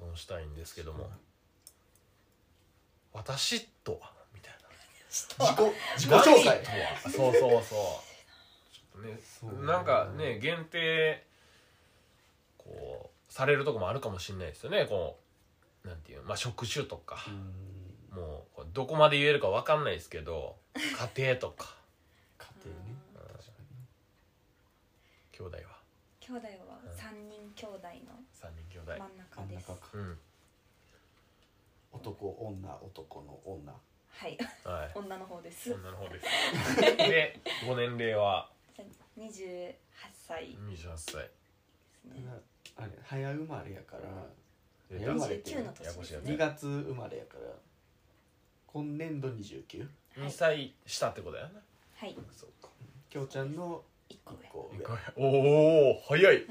C: うん
B: 保存したいんですけども「私とは」みたいな
A: 自己自己
B: 何
A: 紹
B: と
A: 介
B: はそうそうそうちょっとね
A: そう
B: なんかね限定こうされるとこもあるかもしれないですよねこうなんていうまあ職種とか
A: う、ん
B: もうこれどこまで言えるかわかんないですけど家庭とか
A: 家庭ね
C: うん
A: 確か
B: 兄弟は
C: 兄弟は三人兄弟
B: 3人兄
C: の
B: 弟
C: 真ん中
A: に真ん
C: です
A: 中か
B: うん
A: 男女男の女
C: はい
B: はい
C: 女の方です
B: 女の方ですでご年齢は
C: 二十八歳で
B: 28歳
C: すね
A: あれ早生まれやから
B: で
A: 生まれ
C: 二十
A: て
C: 九の年
B: ややこしい
C: で
B: や
C: す
B: つ
A: 2
C: ね
A: 月生まれやから今年度29
C: はい
B: 2歳下ってことやな
C: はい
B: そうか
A: きょうちゃんの
C: 一個
A: 1
C: 上
A: 個上
B: おお早い
C: 引き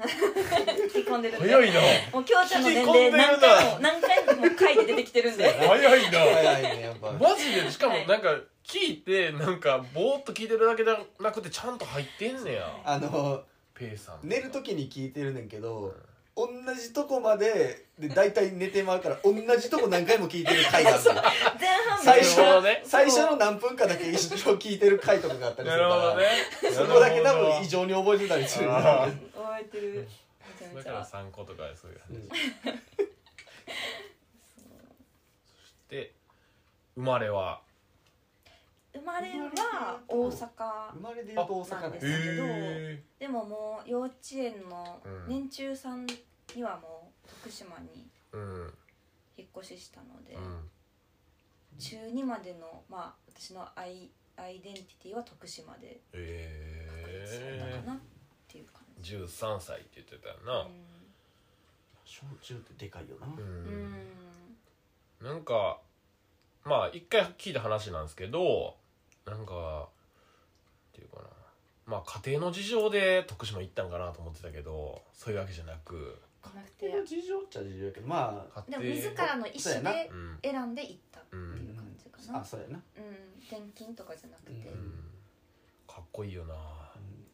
C: 込んでる
B: 早いな
C: もう京ちゃんの年
B: 引
C: 齢
B: き込んでるな
C: 何回も何回ももう書いて出てきてるんで
B: 早いな
A: 早いねやっぱ
B: マジでしかも
C: はい
B: なんか聞いてなんかぼーっと聞いてるだけじゃなくてちゃんと入ってんねや
A: あの
B: ペイさん
A: 寝る時に聞いてるねんけど同じとこまでで大体寝てまうから同じとこ何回も聞いてる回がある のよ
C: 前半
A: 最初
B: なるほどね
A: 最初の何分かだけ一生聞いてる回とかがあったりす
B: な
A: る
B: る
A: か
B: ほどね
A: ら そこだけ多分異常
B: 常
A: に覚えてたりする
B: あ
C: 覚えてるめちゃめ
B: だ
C: ち
B: から
C: ゃ
B: 参考とかそういう
A: う
B: 話
A: ん
B: で生まれは
C: 生まれは大阪
A: 生まれで言うと大阪
C: へ
A: ね
C: え
B: え
C: でももう幼稚園の
B: うん
C: 年中さんにはもう徳島に
B: うんうん
C: 引っ越ししたので、中2までのまあ私のアイアイデンティティは徳島で確立されたか
B: え
C: なっていう感
B: え
C: じ、
B: 13歳って言ってたよな
A: 小中ってでかいよな
B: う
C: うん、うん
B: んなんかまあ一回聞いた話なんですけどなんかっていうかなまあ家庭の事情で徳島行ったんかなと思ってたけどそういうわけじゃなく
C: 来なく
A: で
C: て
A: も事情っちゃ事情やけどまあ
B: 家
C: でも
B: 庭
C: 自らの意思で
B: うん
C: 選んで行った
A: う
B: う
A: んん
C: 感じかな
A: あそうやな
C: うん転勤とかじゃなくて、
A: う
B: うんんかっこいいよな
A: うん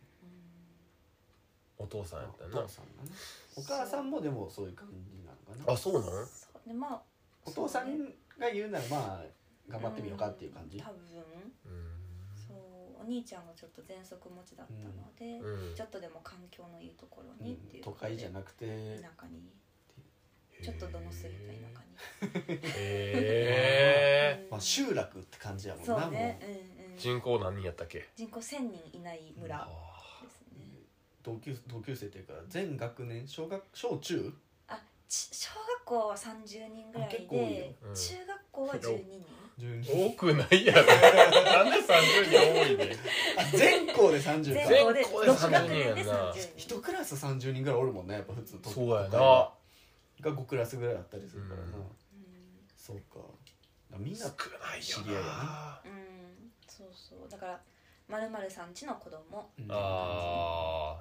B: お父さんやった
A: お
B: な
A: 父さんがねお母さんもでもそういう感じなのか
B: あ
A: な
B: そうなん
C: そうでまあ
A: お父さんが言うならまあ頑張ってみようかっていう感じ
C: 多分
B: うん
C: そうお兄ちゃんがちょっと喘息持ちだったので、
B: うん
C: ちょっとでも環境のいいところ
A: う
C: に
A: ん
C: っていう
A: 都
C: ことで、
A: 会じゃなくて
C: 田舎にちょっとどのすぎた田舎に、
B: へえ
C: うん
A: まあ集落って感じやもん
C: そ
A: な
C: う
A: も
C: ね
A: う
C: うんうん
B: 人口何人やったっけ
C: 人口1000人いない村
B: あ
C: ですね、
A: 同級同級生っていうか全学年小学小中
C: ち小学校は30人ぐらい
A: あ結構多いよ
C: で、
B: うん
C: 中学校は12人
A: 12
B: ー多くないやろなんで30人多いね
A: あ全校で30か
C: 全校で
B: 全校で
C: 6学
B: 30
C: 年で
B: 人やな
C: 30人
A: 一クラス30人ぐらいおるもんねやっぱ普通と
B: そうやな
A: 都会が5クラスぐらいあったりするからな、
B: うん
C: う
A: そうかみんな
B: 少ないよな
A: 知り合いや
C: ん、うん、そうそうだからまるまるさんちの子供
A: うん
B: あ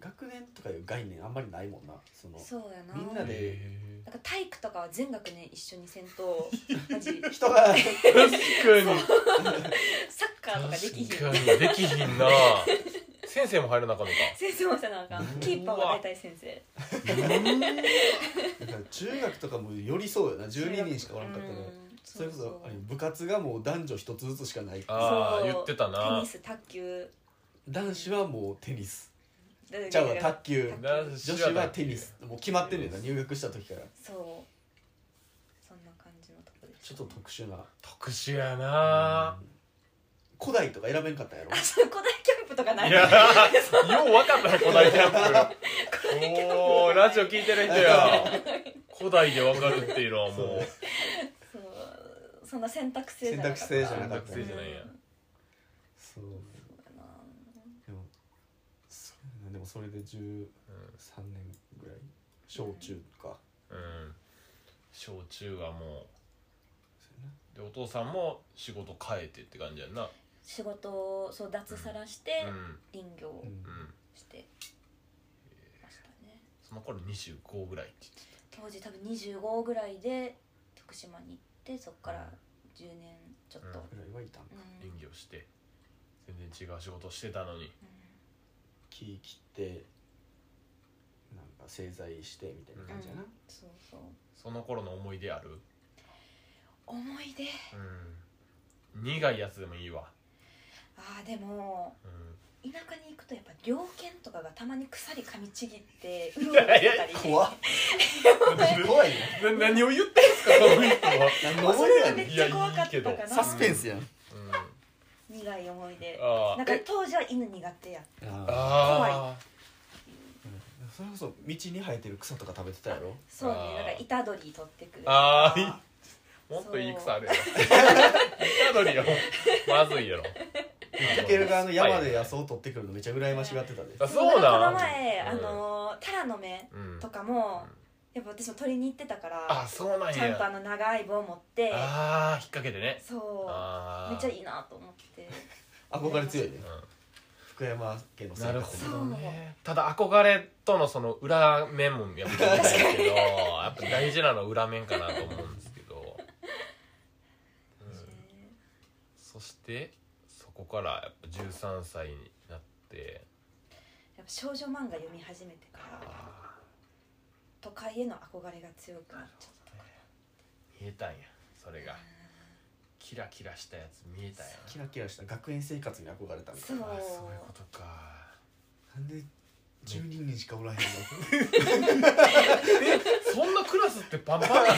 A: 学年とかいう概念あんまりないもんなその
C: そうやな
A: みん
B: あ
A: なで
C: なんか体育とかは全学年一緒に戦 闘マジ
A: 人 が
B: 確かに
C: サッカーとかできひん
B: 確かにできひんな先生も入らなかっ
C: 先生もせなあかんキーパーは大体先生
B: たか
A: だから中学とかもよりそうよな12人しかおらんかったら、
C: うん
A: それこそあれ部活がもう男女一つずつしかない
B: ああ
C: そう
B: 言ってた
C: テ
B: な
C: ニス卓球
A: 男子はもうテニス
C: だから
A: ちゃうわ卓球
B: 男
A: 女子はテニスもう決まってんねんな入学した時から
C: そうそんな感じのとこで
A: ちょっと特殊な
B: 特殊やな
A: 古代とか選べんかったやろ
C: あそう古代キャンプとかない
B: い
C: い
B: やーよう分かったな古代キャンプおおラジオ聞いてる人や古代で分かるっていうのはもう
C: そうそんな選択制じゃなかった
A: 選択制じゃなかった
B: 選択制じゃないんや
C: うん
A: そう
C: そうや
A: でもそうね
C: な
A: でもそれで13年ぐらい小中か、
B: うん、うん、小中はも
A: そうやな
B: うでお父さんも仕事変えてって感じやんな
C: 仕事をそう脱サラして
B: うん
C: 林業を
A: うん
B: うん
C: してましたね
B: その頃25ぐらいって言って
C: 当時多分25ぐらいで徳島に行ってそこから10年ちょっと、
A: ぐらいはいたんか
C: うんうん
B: 演技をして全然違う仕事してたのに
A: 木切ってなんか製材してみたいな感じやな、
C: そうそう
B: その頃の思い出ある
C: 思い出
B: うん苦いやつでもいいわ
C: ああでも
B: うん
C: 田舎に行くとやっぱ猟犬とかがたまに鎖噛みち ぎってうろうろしてたり
A: 怖っ 怖いね
B: な何を言ってんすかこの人は、
A: 何の
C: あそ
A: 思い
C: れ
A: や
C: が
A: ね
C: め
A: ん
C: っちゃ怖かった
B: いや
C: か
B: いいけ
A: サ
C: な
A: スペンスやん
B: うん、
C: 苦い思い出
B: あ
C: なんか当時は犬苦手や
A: あ
B: あ
A: ーそれこそ道に生えてる草とか食べてたやろ
C: そうね
B: あー
C: なんか虎取取ってくる
B: あーいい
C: あ
B: ーもっといい草あ るやろイタドリよまずいやろ
A: かける側の山で野草を取ってくるのめちゃ羨ましがってたで
B: あ
C: ー
B: そう
C: なんか
B: だ
C: この前
B: うん
C: あのータラの芽
B: うん
C: とかもやっぱ私も取りに行ってたから
B: あそうなん
C: ちゃん
B: や
C: とあの長い棒持って
B: ああ引っ掛けてね
C: そう
B: あー
C: めっちゃいいなと思って
A: 憧れ強いね
B: う
A: 福山家の
B: んな
A: 生
B: る
A: 活
B: ほ
A: に
B: どねただ憧れとのその裏面もやっぱりいけどやっぱ大事なのは裏面かなと思うんですけど、うんそしてそこからやっぱ13歳になって
C: やっぱ少女漫画読み始めてから
B: あ
C: 都会への憧れが強くなっちゃっ
B: あ見えたんやそれがキラキラしたやつ見えたんや
A: キラキラした学園生活に憧れたみたい
C: そう
B: ああそういうことか
A: ななんで12人しかおらへんの
B: えそんなクラスってパンパンなんみたい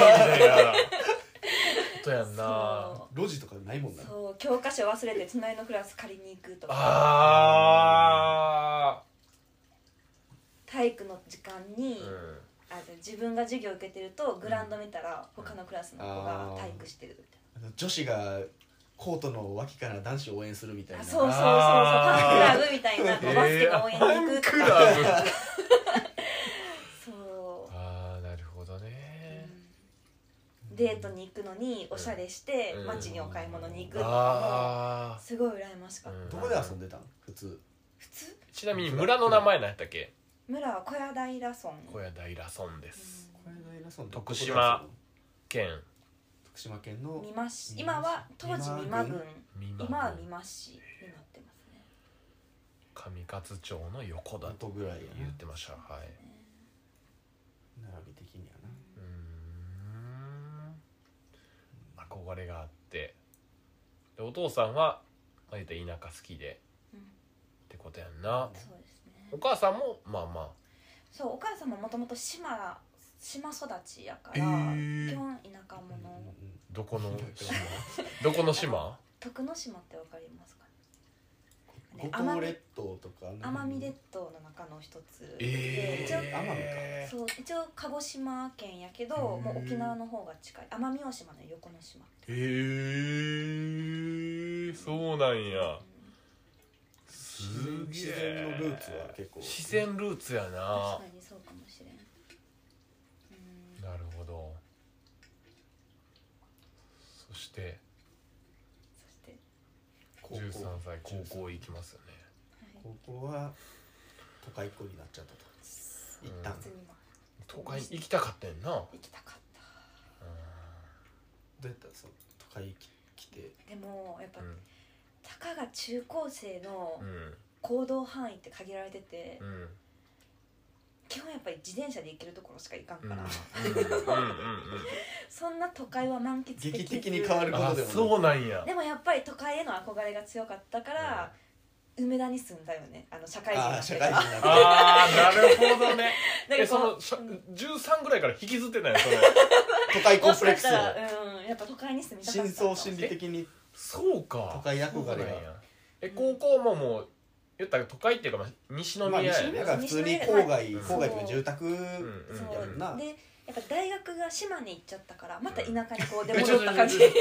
B: なことやんな
C: そ
A: 路地とかないもん
C: う
A: な
C: そう教科書忘れて隣のクラス借りに行くとか
B: あ
C: 体育の時間に
B: ー、うん
C: あじゃあ自分が授業受けてるとグラウンド見たら他のクラスの子が体育してるみたい
A: あの女子がコートの脇から男子を応援するみたい
C: な
A: な
C: あそうそうそうそう
B: あー
C: ファンクラブみたいなこうバスケの応援に行くとか、
B: ブ
C: そう
B: ああなるほどね
C: うんデートに行くのにおしゃれして
B: うん
C: 街にお買い物に行くとかも
B: あ
C: すごい羨ましか
B: あ
C: った、
A: どこで遊んでたん普通
C: 普通
B: ちなみに村の名前何やったっけ
C: 村は小屋平村
B: 小屋平村です
A: これが偉そうな
B: 徳
A: どこで
B: 島
A: 遊ぶの
B: 県
A: 徳島県の
C: 見まし今は当時美馬郡
B: 美馬
C: 今は美馬市になってますね
B: 上勝町の横だと
A: 元ぐらいや
B: 言ってましたはい
A: な並び的にはな
B: うーん憧れがあってでお父さんはまあ言うたら田舎好きで
C: うん
B: ってことやんな
C: そうですね
B: お母さんもまあまあ
C: そうお母さんももともと島島育ちやか
B: へ
C: ら、
B: ー
C: 基本田舎者、
B: どこ の島どこの島
C: 徳之島ってわかりますかね
A: 五島列島とか
C: 奄美列島の中の一つ
B: え
C: で、
B: え
A: 奄美か
C: 一応そう一応鹿児島県やけど、
B: うん
C: もう沖縄の方が近い奄美大島の横の島って
B: えー、そうなんや
C: うん
B: す
A: 自然のルーツは結構
B: 自然ルーツやな
C: 確かにそうかもしれんうん
B: なるほどそして
C: そして、
A: 高校
B: 13歳高校行きますよね
C: はい、
A: 高校は都会っ子になっちゃったと一旦
C: 普通にまあ
B: 都会に行きたかったんやんな
C: 行きたかった
A: どうやったらその都会き来て
C: でもやっぱ、
B: うん
C: たかが中高生の
B: うん
C: 行動範囲って限られてて、
B: うんうん
C: 基本やっぱり自転車で行けるところしか行かん
B: うん
C: から、
B: うんうん
C: そんな都会は満喫できず
A: 劇的に変わる
B: あ
A: ことでもない
B: そうなんや
C: でもやっぱり都会への憧れが強かったから、梅田に住んだよねあの社会人に
A: あ
C: な
A: あ
C: って
A: 社
C: から
A: 会人になって
B: ああなるほどね
C: なん
B: え
C: か
B: そ
C: こ
B: のしゃ13ぐらいから引きずってないそれ
A: 都会
C: う
A: コ
C: も
A: ン
C: し
A: プレックス
C: かした
A: を
C: らうんやっぱ都会に住みたか
A: 深
C: った
A: 層心理的に
B: そうか
A: 都会憧れが
B: そうなんやえ高校ももう言ったら都会っていうかまあ西
A: まあ
B: 宮や
A: 西
B: ね
A: 宮が普通に郊外郊外とか住宅
B: うんうん
C: そう
A: やんな
C: でやっぱ大学が島に行っちゃったからまた田
B: うん
C: 舎にこう出
B: えち
C: 戻
B: ょ
C: った感じ、
B: ちょちょ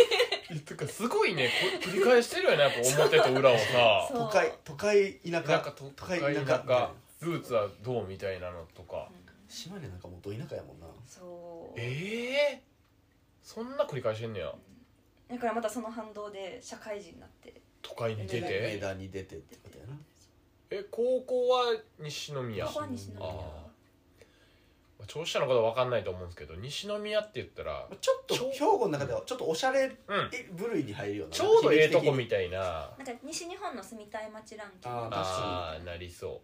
B: ちょてかすごいねこ繰り返してるよねやっぱ表と裏を
C: そう
B: さ
A: 都会都会田
B: なん
A: 舎
B: か都
A: 都
B: 会
A: 会
B: 田
A: 田舎
B: 舎ルーツはどうみたいなのとか
C: うん
A: 島根なんかもうど田舎やもんな
C: そう
B: ええそんな繰り返してんねや
C: だからまたその反動で社会人になって
B: 都会に出
C: 出
A: 梅
B: て
A: 田に出てってことやな
B: え高校は西宮
C: ここは西宮
B: ああまあ聴取者のことは分かんないと思うんですけど西宮って言ったら
A: まあちょっと兵庫の中ではちょっとおしゃれ
B: うん
A: 部類に入るような
B: ちょうどええと
A: 響き
B: こ
A: 的に
B: みたいな
C: なんか西日本の住みたい街ランキング
A: あー確
B: あ
A: か
B: あなりそう
C: う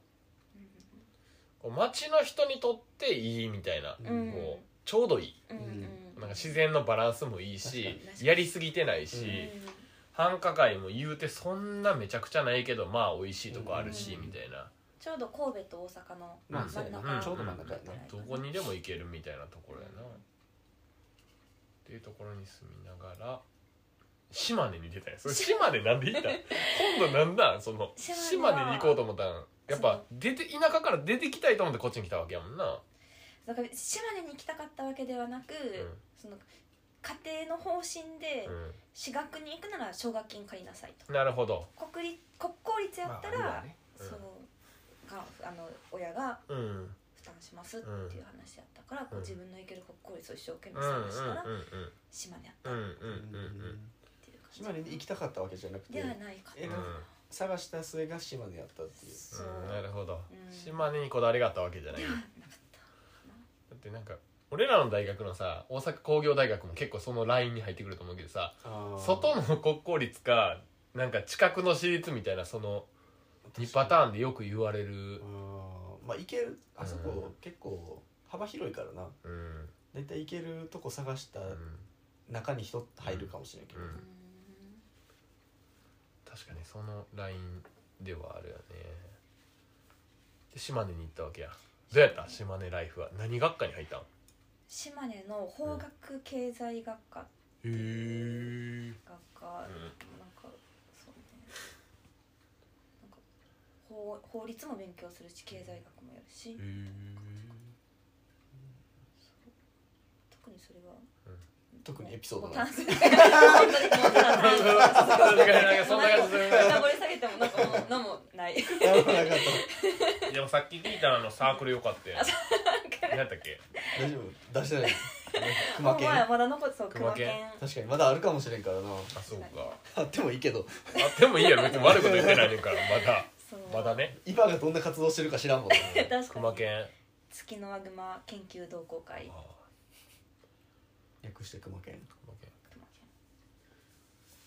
B: こう街の人にとっていいみたいな、
A: うん
B: こうちょうどいい
C: うんうん
B: なんか自然のバランスもいい
A: 確
B: し
C: かに
B: やりすぎてないし、
A: うん
C: うん
B: 繁華街も言うてそんなめちゃくちゃないけどまあ美味しいとこあるし、
A: うん
B: みたいな
C: ちょうど神戸と大阪の
A: まあ
C: 真ん
A: そう
C: 中
A: や
C: ぐ
A: な
C: らいかな、
A: ちょうど真ん中やな
B: どこにでも行けるみたいなところやなっていうところに住みながら島根に出たんやそれ島根なんで行ったん今度なんだその
C: 島
B: 島
C: 根は
B: 根に行こうと思ったんやっぱ出て田舎から出てきたいと思ってこっちに来たわけやもんな
C: だから島根に行きたかったわけではなく、その家庭の方針で、
B: う
C: 私学に行くなら奨学金借りなさいと
B: んなるほど
C: 国立国公立やったら、
B: まああるわねうん
C: そのがあの親が
B: うんうん
C: 負担しますっていう話やったから、こ
B: うん
C: う自分の行ける国公立を一生懸
B: うんう
C: 命
B: んうん
C: 探したら、島根やった
B: うんうん
C: っ
B: うんうん
C: ていう感じ、
A: 島根に行きたかったわけじゃなく
C: で
A: て
C: はないかな、
A: えなんか探した末が島根やったっていう
C: そう、
B: うんなるほど
C: うん
B: 島根にこだわりがあったわけじゃない
C: で
B: だ
C: はなかった
B: ってなんか俺らの大学のさ大阪工業大学も結構そのラインに入ってくると思うけどさ外の国公立かなんか近くの私立みたいなその2パタ
A: ン
B: ーンでよく言われる
A: まあ行けるあそうこ結構幅広いからな
B: うんうん
A: 大体行けるとこ探した中に人入るかもしれんけど
B: う
C: うん
B: 確かにそのラインではあるよねで島根に行ったわけやどうやった島根ライフは何学科に入ったんへ
C: 島根の法学経済学科
B: えうん
C: 学科、なんかそうねなんか法法律も勉強するし経済学もやるし、
B: へえ
C: そう特にそれは
A: 特にエピソード
C: もう
A: な
C: 単
A: い
C: 純に本当にもう単純に
B: 確かになんかそんな感じする
C: 深掘り下げてもなんかもうのもない
A: やばなかった
B: でもさっき聞いたあのサークルよかったよ何やったっけ
A: 大丈夫出してない
C: も
A: 熊
C: う
A: 犬
C: 前はまだ残ってそう
B: 熊
C: 熊
B: 犬
C: 犬
A: 確かにまだあるかもしれんからな
B: あそうか
A: あってもいいけど
B: あでもいいやろ別に悪いこと言ってないねんからまだ
C: そう
B: まだね
A: 今がどんな活動してるか知らんもんな
C: 確かに
B: 熊犬
C: 月のワグマ研究同好
B: あ
C: 会
B: あ
A: 略して熊犬
B: 熊犬
C: 熊犬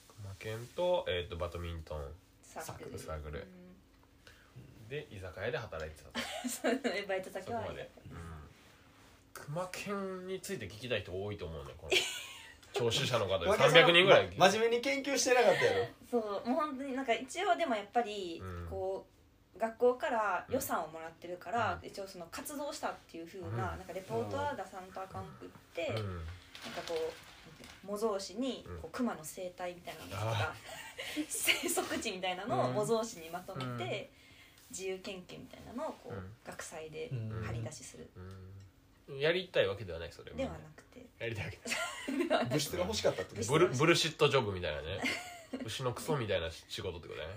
B: 熊犬と,、えー、とバドミントン
C: サークル
B: サークル
C: うん
B: で居酒屋で働いてたと
C: そうバイト
B: そ
C: 先
B: こ
C: は
B: まで、うん、熊犬について聞きたい人多いと思うねこ の聴取者の方で
A: 熊犬さん
B: 300人ぐらい
A: ま真面目に研究してなかったやろ
C: そうもう本当になんか一応でもやっぱり
B: うん
C: こう、学校から予算をもらってるから、一応その活動したっていうふうな,、
B: うん
C: なんかレポートは出さんとあかんくって、
B: う
C: なんか
B: ん
C: こう模造紙に
B: うん
C: こう熊の生態みたいなのと
B: あ
C: か生息地みたいなのを模造紙にまとめ
B: うん
C: て、自由研究みたいなのをこう、
B: うん
C: 学祭で
A: うん
C: 張り出しする、
B: うん、やりたいわけではないそれも
C: ではなくて
B: やりたいわけ
A: 物質が欲しかったってこと
B: ブルブルシットジョブみたいなね牛のクソみたいな仕事ってことだね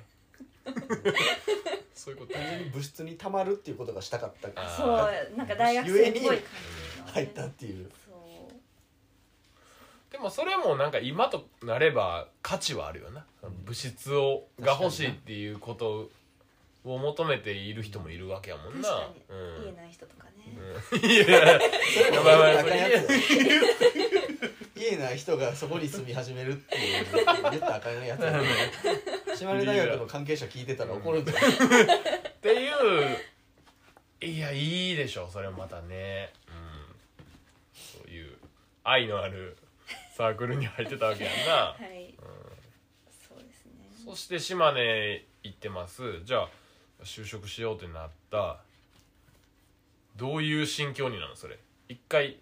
B: そういうことだ
A: 単純に
B: ね
A: 物質にたまるっていうことがしたかったから
B: あ
C: そうなんか大学生っぽい感じの
A: 入ったっていう
C: そう
B: でもそれもなんか今となれば価値はあるよな、物質をが欲しいっていうことを求めている人もいるわけやもん
C: 確
B: な
C: かに、
B: うん
C: 言えない人とかね、
B: うんいややばいやばい
A: あかんやつ
B: それ
A: 言えない人がそこに住み始めるっていう言ったらあかんやつ やな島根大学の関係者聞いてたら怒るんじゃない
B: っていういやいいでしょそれまたね、うん、そういう愛のあるサークルに入ってたわけやんな
C: はい、そうですね
B: そして島根行ってますじゃあ就職しようってなったどういう心境になるのそれ一回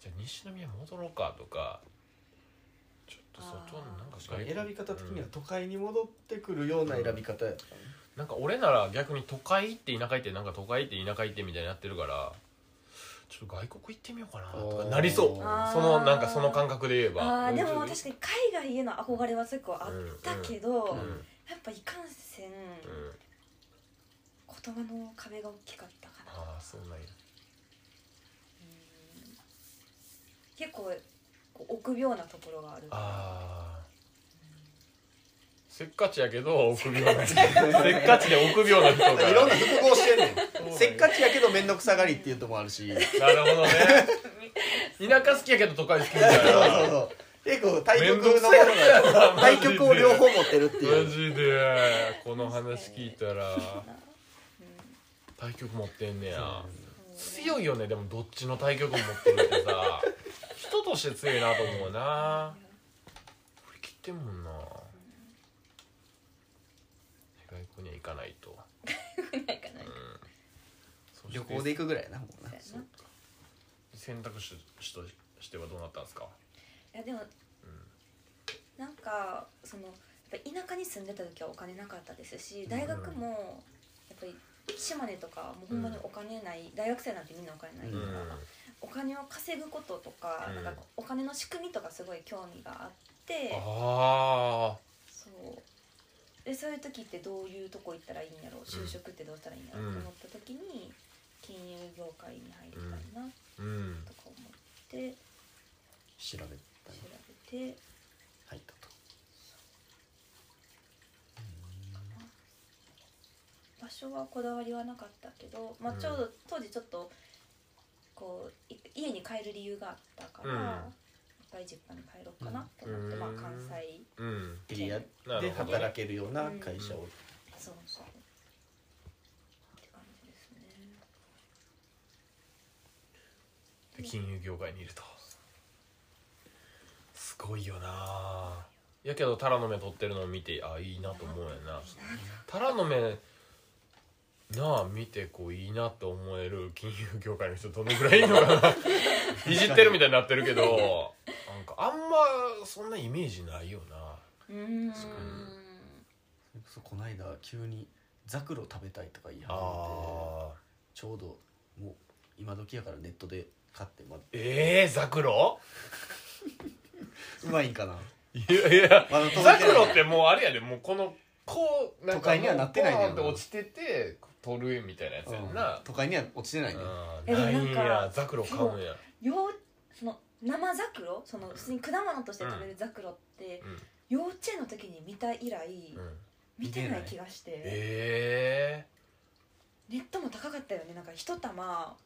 B: じゃあ西宮戻ろうかとかちょっと外のなんか
A: 確かに
B: 外
A: 選び方的には都会に戻ってくるような選び方やったね
B: なんか俺なら逆に都会行って田舎行ってなんか都会行って田舎行ってみたいになってるからちょっと外国行ってみようかなとかなりそう
C: あー
B: そのなんかその感覚で言えば
C: あーでも
A: うん
C: 確かに海外への憧れは結構あったけど、
B: うんうん
C: やっぱいかんせん、言葉の壁が大きかったかな、
B: ああそうなんや
C: うん結構こう臆病なところがある
B: ああせっかちやけど臆病な人せっかちで臆病な人が
A: いろんな複合してん
B: そうなん
A: ねん
B: や
A: せっかちやけど面倒くさがりっていうのもある し
B: なるほどね田舎好きやけど都会好きみたい
A: そうそう
B: な
A: そう結構対
B: め
A: 局
B: ん
A: の
B: ど
A: も
B: く
A: の
B: せえ
A: が
B: な
A: 対局を両方持ってるってい
B: マ
A: う
B: ジでこの話聞いたら
C: な、
B: 対局持ってんねや
C: うん
B: 強いよねでもどっちの対局も持ってるってさ人として強いなと思うな振り切ってんもんな
C: うん
B: 国には行かないと、
C: ぐらい かな
B: う
C: い
B: ん
C: か、
B: そして
A: 旅行で行くぐらいやなもうな
C: やな
B: 選択肢としてはどうなったんですか、
C: いやでも
B: う
C: なんかそのやっぱ田舎に住んでた時はお金なかったですし大学もやっぱり島根とかもうほんまにお金ない、大学生なんてみんなお金ないか
B: ん
C: ら、お金を稼ぐこととか,、
B: うん
C: なんかお金の仕組みとかすごい興味があって
B: ああ
C: そうでそういう時ってどういうとこ行ったらいいんやろう就職ってどうしたらいいんやろうと思った時に金融業界に入りたいな
B: うん
C: とか思って
A: 調べたね
C: 調べて
A: 入ったと
C: 場所はこだわりはなかったけど、まあ、
B: うん
C: ちょうど当時ちょっとこうい家に帰る理由があったから、
B: うん
C: 一回実家に帰ろうかなと思っ
B: う
C: て、
B: ん
C: まあ関西
B: うん
A: エリア
B: なる
A: で
B: ほど
A: 働けるような会社を
C: そうそうって感じですね
B: で金融業界にいるとすごいよなやけどタラの芽取ってるのを見てあいいなと思うやなタラの芽なあ見てこういいなと思える金融業界の人どのぐらいいるのか ないじってるみたいになってるけどなんかあんまそんなイメージないよな
C: うーん
B: 確か
A: それこそこの間急にザクロ食べたいとか言い始めて
B: ああ
A: ちょうどもう今時やからネットで買ってま
B: ええー、ザクロ
A: うまいんかな
B: いやいや
A: まだ届い
B: ザ
A: て
B: ク
A: ない
B: ロってもうあれやでもうこのこうなんか
A: 都会にはなってないねんな
B: もうポーンって落ちてて取るみたいなやつやん
A: うん
B: な、
A: 都会には落ちてないね
B: あ
C: えでも
B: ーないん
C: な
B: や
C: んか
B: ザクロ買うんや
C: ようその生ザクロその普通に果物として食べるザクロって、
B: うん
C: 幼稚園の時に見た以来、
B: うん
C: 見てない気がして
B: え
C: ネットも高かったよねなんか一玉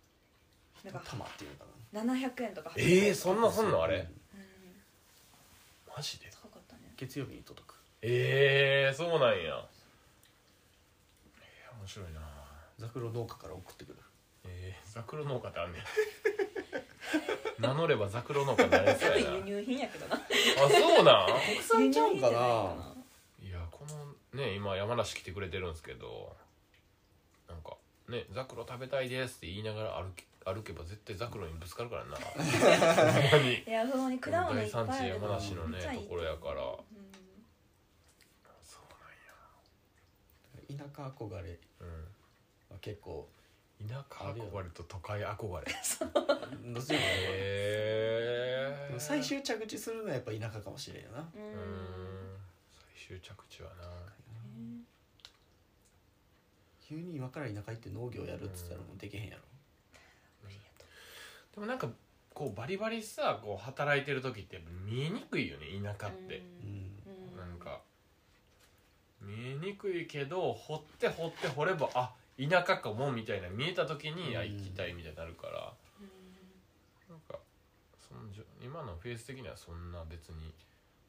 C: なんか
A: 玉っていうのかな
C: 700円とか
B: ー、えー、そんなそん
A: の
B: のあれ
C: うん
B: マジで
C: 高かったね
A: 月曜日に届く
B: ええー、そうなんやいや面白いな
A: ザクロ農家から送ってくる
B: えー、ザクロ農家ってあんねん 名乗ればザクロ農家になれそう
C: 多分
B: やな
C: 輸入品やけど な
B: あそうなん
A: 国産ちゃうんか
C: 輸入品じゃい
A: ない
B: やこのね今山梨来てくれてるんですけどなんかね「ザクロ食べたいです」って言いながら歩け歩けば絶対ザクロにぶつかるから なほんまに
C: いやほんまに果物い
B: 大
C: っぱ
B: 産地
C: いある
B: 山
C: の
B: 梨のね
C: めっちゃいい
B: ところやから
C: うん
B: そ
A: 田
B: う
A: 舎憧れ
B: なんや、
A: は結構
B: うん、田舎憧れと都会憧れ
A: どっちもね
B: へ
A: で
B: え
A: も最終着地するのはやっぱ田舎かもしれんよな
C: う
B: うんん最終着地はな
A: 急に今から田舎行って農業やるっつったらもうできへんやろ
B: でもなんかこうバリバリさこう働いてる時って見えにくいよね田舎って、
A: うん
C: うん
B: なんか見えにくいけど掘って掘って掘ればあ田舎かもみたいな見えた時に、あ
A: うん
B: 行きたいみたいになるから
C: うん
B: なんかそのじょ今のフェーズ的にはそんな別に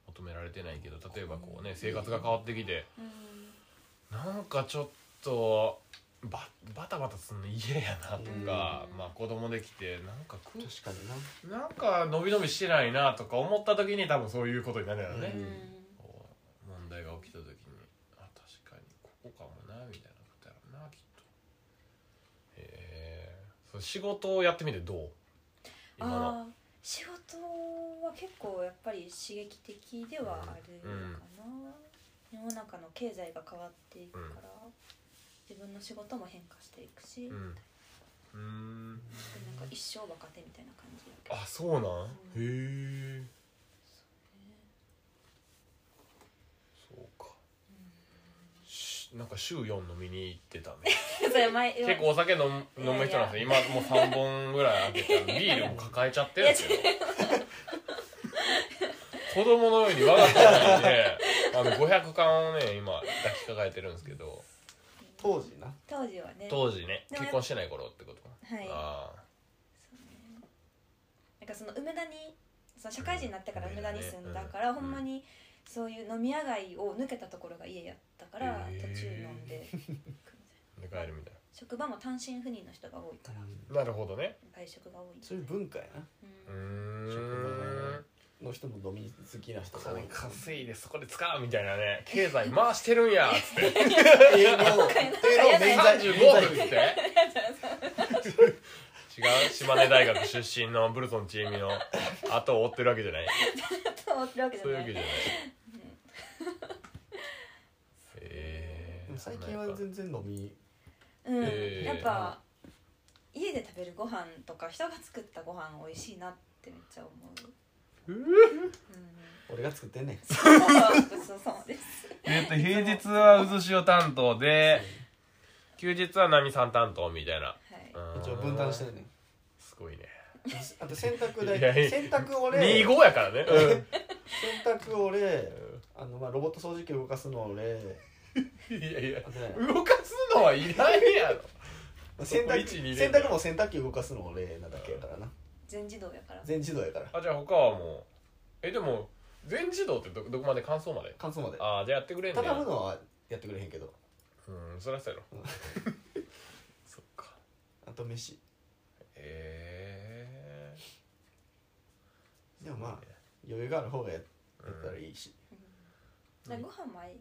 B: 求められてないけど例えばこうね生活が変わってきて
C: うん
B: なんかちょっとババタバタすんの嫌やなとか、
C: うん
B: まあ子供できてなんか
A: 確
B: く
A: かにな
B: なんか伸び伸びしてないなとか思った時に多分そういうことになるよね。
A: うん
B: こう問題が起きた時にあ確かにここかもなみたいなことやろなきっとへえそう仕事をやってみてどう今の
C: あー仕事は結構やっぱり刺激的ではあるのかな、世の中の経済が変わっていくから、自分の仕事も変化していくし、
B: う
C: で
B: んうーん
C: なんか一生若手みたいな感じやけど
B: あそうなんへえそうかしなんか週4飲みに行ってたね
C: それ前
B: 結構お酒飲む
C: いや
B: 飲む人なんですよ今もう3本ぐらい開け てビールも抱えちゃってるんですけど 子供のように我が子のようにねあの500缶をね今抱きかかえてるんですけど
A: 当時な
C: 当時はね
B: 当時ね
C: でも
B: 結婚してない頃ってことかな
C: はい
B: あ
C: そうねなんかその梅田にその社会人になってから
B: うん
C: 梅田に住んだ
B: うん
C: から、
B: うん
C: ほんまにそういう飲み屋街を抜けたところが家やったから、
B: へー
C: 途中飲 んで
B: あで帰るみたい
C: 職場も単身赴任の人が多いから
B: ななるほどね
C: 外食が多い
A: そういう文化やな
C: うん
B: うー
A: 職場が
B: ん
A: の人も飲み好きな人が多い
B: 金稼いでそこで使うみたいなね経済回してるんやっつって
A: 営業営業免罪
B: 35億って 違う島根大学出身のブルトンちえみの後を追ってるわけじゃない
C: と思ってるわけじゃ
B: そういう
C: な
B: わけ
C: い
B: じゃ ないへえ
A: 最近は全然飲み
C: うん、
B: えー
C: やっぱ家で食べるご飯とか人が作ったご飯美味しいなってめっちゃ思うう
A: 俺が作ってんねん
C: んそうそうそうです
B: えっと平日はうずしお担当で休日はなみさん担当みたいな
C: はい
A: 一応分担してるねん
B: すごいね
A: あと洗濯
B: いやい
A: 代
B: や
A: 洗濯俺
B: 25
A: 洗
B: やからね
A: 濯俺あのまあロボット掃除機動かすの俺
B: うんいやいや
A: あとね
B: 動かすのはいないやろ
A: 洗
B: こ
A: 濯
B: 一二で
A: 洗濯も洗濯機動かすの俺なだけやからな
C: 全自動やから
A: 全自動やから
B: あじゃあ他はもうえでも全自動ってどどこまで乾燥まで
A: 乾燥まで
B: ああじゃあやってくれんね
A: 畳むのはやってくれへんけど
B: うんそりゃそうやろそっか
A: あと飯
B: へえ
A: でもまあ余裕がある方がやったらいいし、
C: だからご飯もあい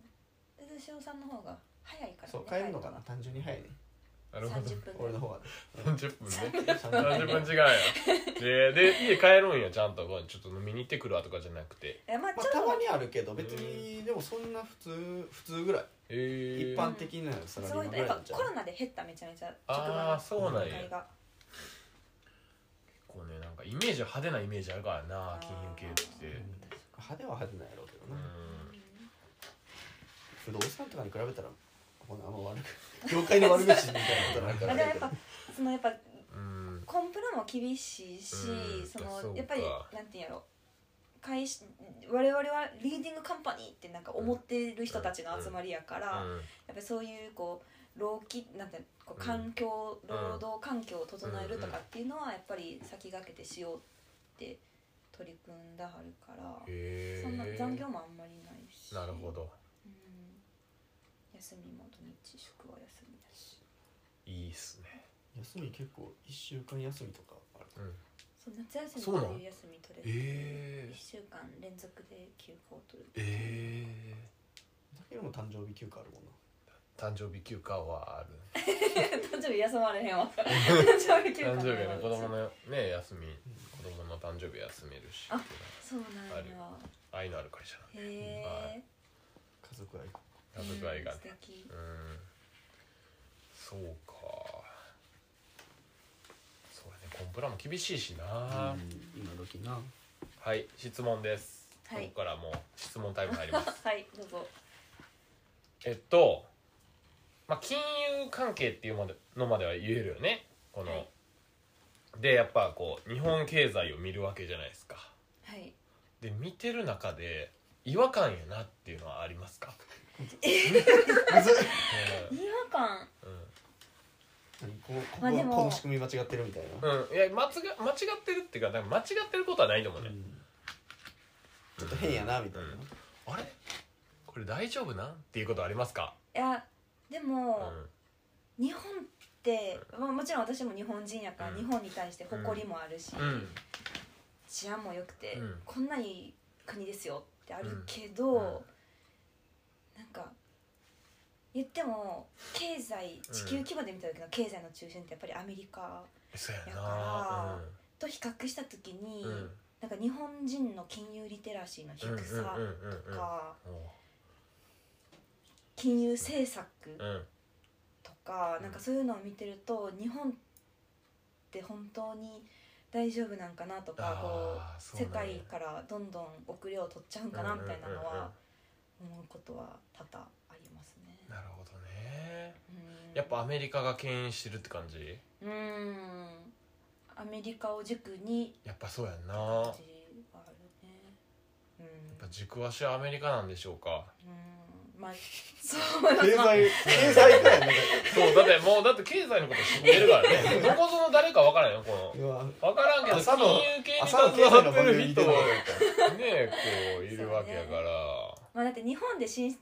C: うずしおさんの方が早いから、ね、
A: そう帰るのかな単純に早いね
B: なるほど
C: 30分ぐら
A: 俺
C: い
A: の方が
B: 30分ね
A: 30
B: 30分違うやでで家帰るんやちゃんとごめんちょっと飲みに行ってくるわとかじゃなくて
C: えまあちょ
A: まあ
C: っと
A: たまにあるけど別にでもそんな普通普通ぐらい
B: へえ
A: 一般的なサラリ
C: す
A: ー
C: ご
A: マ
C: い
A: ンぐ
C: や
A: ら
C: っ
A: いなん
C: ぱ
A: ちゃ
C: コロ
A: う
C: ナで減っためちゃめちゃ
B: ああそうなんや
C: 業界が
B: こうねなんかイメージは派手なイメージあるからな
C: あー
B: 金融系って
A: 派手は派手なんやろうけど
B: う
A: な、
B: ん
A: 不動産とかに比べたらこんなあんま悪く業界の悪口みたいなことなんか
C: あ
A: らあれ
C: だから
A: や
C: や
A: け
C: っ
A: ど
C: ぱそのやっぱ
B: うん
C: コンプラも厳しいし、
B: うん
C: そ
B: あそう
C: の
B: か
C: やっぱりなんていうんやろ会社我々はリーディングカンパニーってなんか思ってる人たちの集まりやから、やっぱりそういうこう労基なんてこう
B: うん
C: 環境、労働環境を整えるとかっていうのはやっぱり先駆けてしようって取り組んだはるから、
B: へえ
C: そんな残業もあんまりないし
B: なるほ、ど
C: うん、休みも土日祝は休みだし
B: いいっすね
A: 休み結構1週間休みとかある
B: うん
C: そう夏休み
B: そうなん
C: という休み取れて
B: え
C: 1週間連続で休暇を取る
B: ええ
A: だけども誕生日休暇あるもんな
B: え誕生日休暇はある
C: 誕生日休まれへんわ 誕生日休
B: 誕
C: 暇
B: 生日はね子供
C: の
B: のね休み子供の誕生日休めるし
C: あそうな
B: あ
C: ん
B: る
C: や
B: 愛のある会社なんで
C: へ
B: は
C: え
A: 家族愛
B: 家族愛がね
C: 素敵
B: うんそうかそうやねコンプラも厳しいしな、
A: うん今時 な
B: はい質問です、
C: はい
B: ここからもう質問タイム入ります
C: はいどうぞ
B: えっとまあ金融関係っていうまでのまでは言えるよねこの、
C: はい
B: でやっぱこう日本経済を見るわけじゃないですか
C: はい
B: で見てる中で違和感やなっていうのはありますか、う
C: 違和感
A: 何こここ
C: まあで
A: は
C: も
A: この仕組み間違ってるみたいな、
B: んうん、いや間違間違ってるっていうかなんか間違ってることはないと思う
A: う
B: ね、
A: んちょっと変やなみたいな、
B: うんあれこれ大丈夫なんっていうことありますか、
C: いやで
B: うん
C: も、日本って、まあ、もちろん私も日本人やから、
B: うん
C: 日本に対して誇りもあるし、
B: うん
C: 治安も良くて、
B: うん
C: こんないい国ですよってあるけど、
B: うんうん
C: なんか言っても経済
B: うん
C: 地球規模で見た時の経済の中心ってやっぱりアメリカ
B: そうやな
C: やかと比較した時に、
B: うんうん
C: なんか日本人の金融リテラシーの低さとか、
B: うんうんうんうん
C: 金融政策
B: うん
C: とか、
B: うん
C: なんかそういうのを見てると日本って本当に大丈夫なんかなとかこ
B: あー
C: う
B: そう
C: 世
B: なんや
C: 界からどんどん遅れを取っちゃうんかなみたいなのは思うことは多々ありますね。
B: なるほどね
C: うん
B: やっぱアメリカが牽引してるって感じ
C: うーんアメリカを軸に
B: やっぱそうやんな
C: 感
B: や
C: じはあるね。うん
B: っぱ軸足はアメリカなんでしょうか
C: うんまあそう
A: 経済経済ぐらいね
B: そうだってもうだって経済のこと知ってる からねどこぞの誰か分からんよこの
A: うわ
B: 分からんけど
A: 朝の
B: 金融系に
A: 朝の
B: 携
A: 経済
B: わ
A: の
B: って
A: 番
B: る
A: 組見
B: 人
A: て
B: ね
A: も ら
B: こういるわけやから
C: まあだって日本でしん日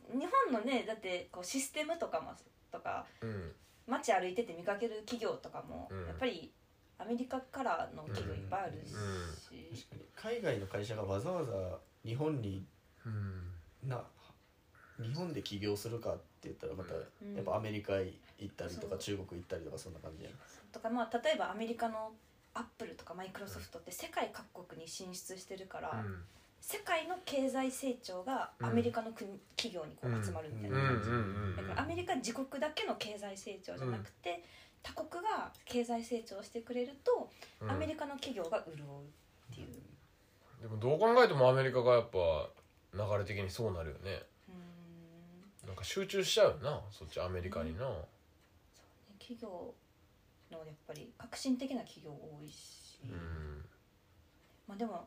C: 本のねだってこうシステムとかもとか
B: うん
C: 街歩いてて見かける企業とかも
B: うん
C: やっぱりアメリカからの企業いっぱいあるし、
A: 海外の会社がわざわざ日本に
B: うん
A: な日本で起業するかって言ったらまたや
C: うん
A: っぱアメリカ行ったりと
C: そ
A: か
C: う
A: 中国行ったりとかそんな感じやん
C: とかまあ例えばアメリカのアップルとかマイクロソフトって世界各国に進出してるから、
B: うん
C: 世界の経済成長がアメリカの国、企業にこう集まるみたいな
B: うんう
C: 感
B: ん
C: じ、
B: うん
C: だからアメリカ自国だけの経済成長じゃなくて、他国が経済成長してくれると、アメリカの企業が潤うっていう、
B: でもどう考えてもアメリカがやっぱ流れ的にそうなるよね
C: うーん
B: なんか集中しちゃうよなそっちアメリカにな、
C: そうね企業のやっぱり革新的な企業多いし、
B: うん
C: まあでも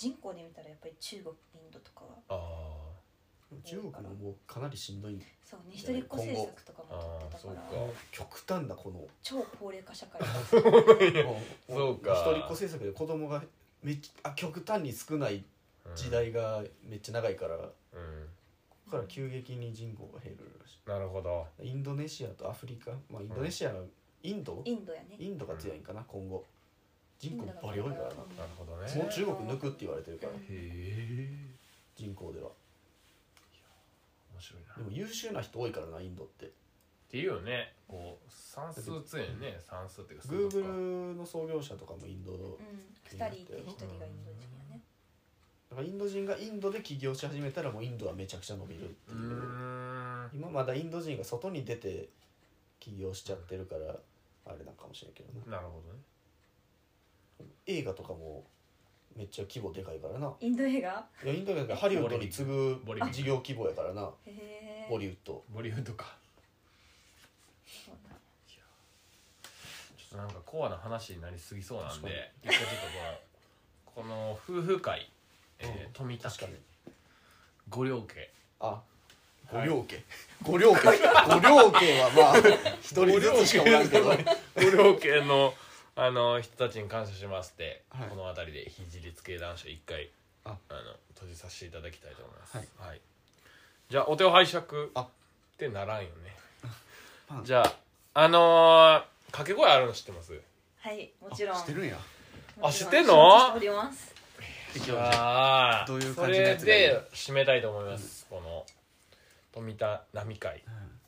C: 人口で見たらやっぱり中国インドとかは
B: あ
A: 中国ももうかなりしんどいん
C: そうね一人っ子政策とか
B: あ
C: も取って
B: あ
C: た
B: そ
C: か
B: う
C: ら
B: か
A: 極端な この
C: 超高齢化社会
A: も
B: そうか
A: 一人っ子政策で子供がめっちゃあ極端に少ない
B: うん
A: 時代がめっちゃ長いから、こ
B: うん
A: こから急激に人口が減るらし
B: なるほど
A: いインドネシアとアフリカまあインドネシア、インド
C: インドやね
A: インドが強いんかな今後人口バリ多いからな
C: インド
B: な
C: が
B: るほどね
A: もう中国抜くって言われてるから
C: うん
B: へえ
A: 人口では
B: 面白いな
A: で
B: っ
A: も優秀な人多いからなインドって
B: ていうよねこう算数強いよね算数っていうか数学か
A: Google の創業者とかもインド
C: うん、2人いて1人がインド人やね
A: だからインド人がインドで起業し始めたらもうインドはめちゃくちゃ伸びるって
B: う
A: い
B: ー
A: う、
B: ん
A: 今まだインド人が外に出て起業しちゃってるからあれなんかもしれんけどな
B: なるほどね
A: 映画とかもめっちゃ規模でかいからな
C: インド映画
A: いやインドなんかハリウッドに次ぐ
B: ボリウッド
A: 事業規模やからな
C: へえ
A: ボリウッド
B: ボリュードか
C: そうなんや
B: ちょっとなんかコアな話になりすぎそうなん
A: 確かに
B: で一回ちょっとこのこの夫婦会、え
A: うん
B: ー、富田
A: 確か
B: 家
A: に
B: 五稜家
A: あ五
B: はい
A: 稜家 五稜 家五稜家はまあ一人ずつしかおらんけど
B: 五稜五稜家のあの人たちに感謝しますって、
A: はい
B: この辺りで非自立系男子一回
A: あ
B: あの閉じさせていただきたいと思います、
A: はい
B: じゃあお手を拝借
A: あ
B: って ならんよね
A: パン
B: じゃああのー、掛け声あるの知ってます
C: はいもちろん
A: してるんや
B: あ知ってんの
C: 知っております
B: あ
A: どういう
B: そ
A: 感じの
B: れ
A: やつがいい
B: で締めたいと思います、この富田並会
A: うん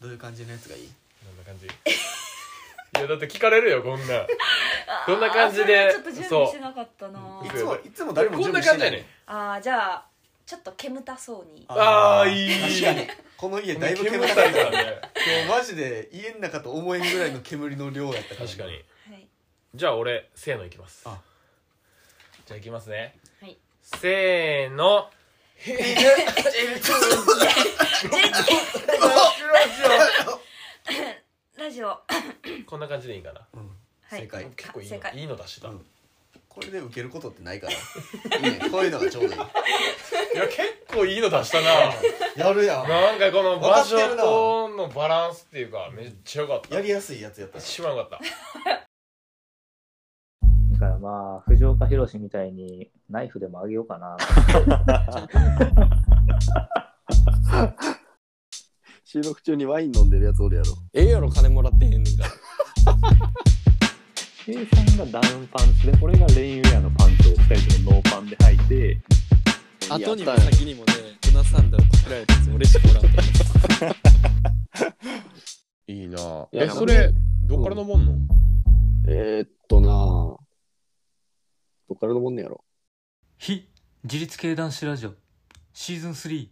A: どういう感じのやつがいい
B: どんな感じいやだって聞かれるよこんなんどんな感じで
C: あーそれはちょっと準備してなかったな
B: うん
A: い
B: い
A: つ
B: つ
A: も
B: も
A: いつも誰も
B: こ
A: 準
B: んな
A: 備し
B: 感
A: て
B: じ
A: な
B: や
A: い
B: ね
C: ああじゃあちょっと煙たそうに
B: あーいい
A: 確かにこの家だいぶ煙
B: 煙
A: た
B: た
A: い
B: い
A: か
B: から
A: 今
B: らね
A: 日マジで家の中と思えんぐらいの煙の量やったから
B: 確かに
C: はい
B: じゃあ俺せーのいきます
A: あ
B: じゃあいきますね
C: はい
B: せーの
C: ラジオは
B: こんな感じでいいかな
A: うん
C: い
A: 正解
B: 結構いい
C: 正
B: の
C: 解
B: いいの出してた、
A: う
B: い
A: んこれで受けることってないから いいねこういうのがちょうどいい
B: や結構いいの出したな
A: やるやん
B: なんかこの
A: 分か
B: 場
A: って
B: 所
A: るな
B: とのバランスっていうかめっちゃ良かった
A: やりやすいやつやった
B: 一番良かった
D: だからまあ、藤岡弘みたいにナイフでもあげようか な。
E: 収録中にワイン飲んでるやつおるやろ
F: ええやろ金もらってへんねんから
D: 計算がダウンパンツで、俺がレインウェアのパンツを2人ともノーパンで履いて、
F: 後に
E: や
F: も
E: ったよ
F: 先にもねルナサンダルパクられたやつ俺しかおらんから
B: いいない
E: や
B: えそれどっから飲もんの、
E: えー、っとなあどっからのもんねやろ
G: 非自立系男子ラジオシーズン3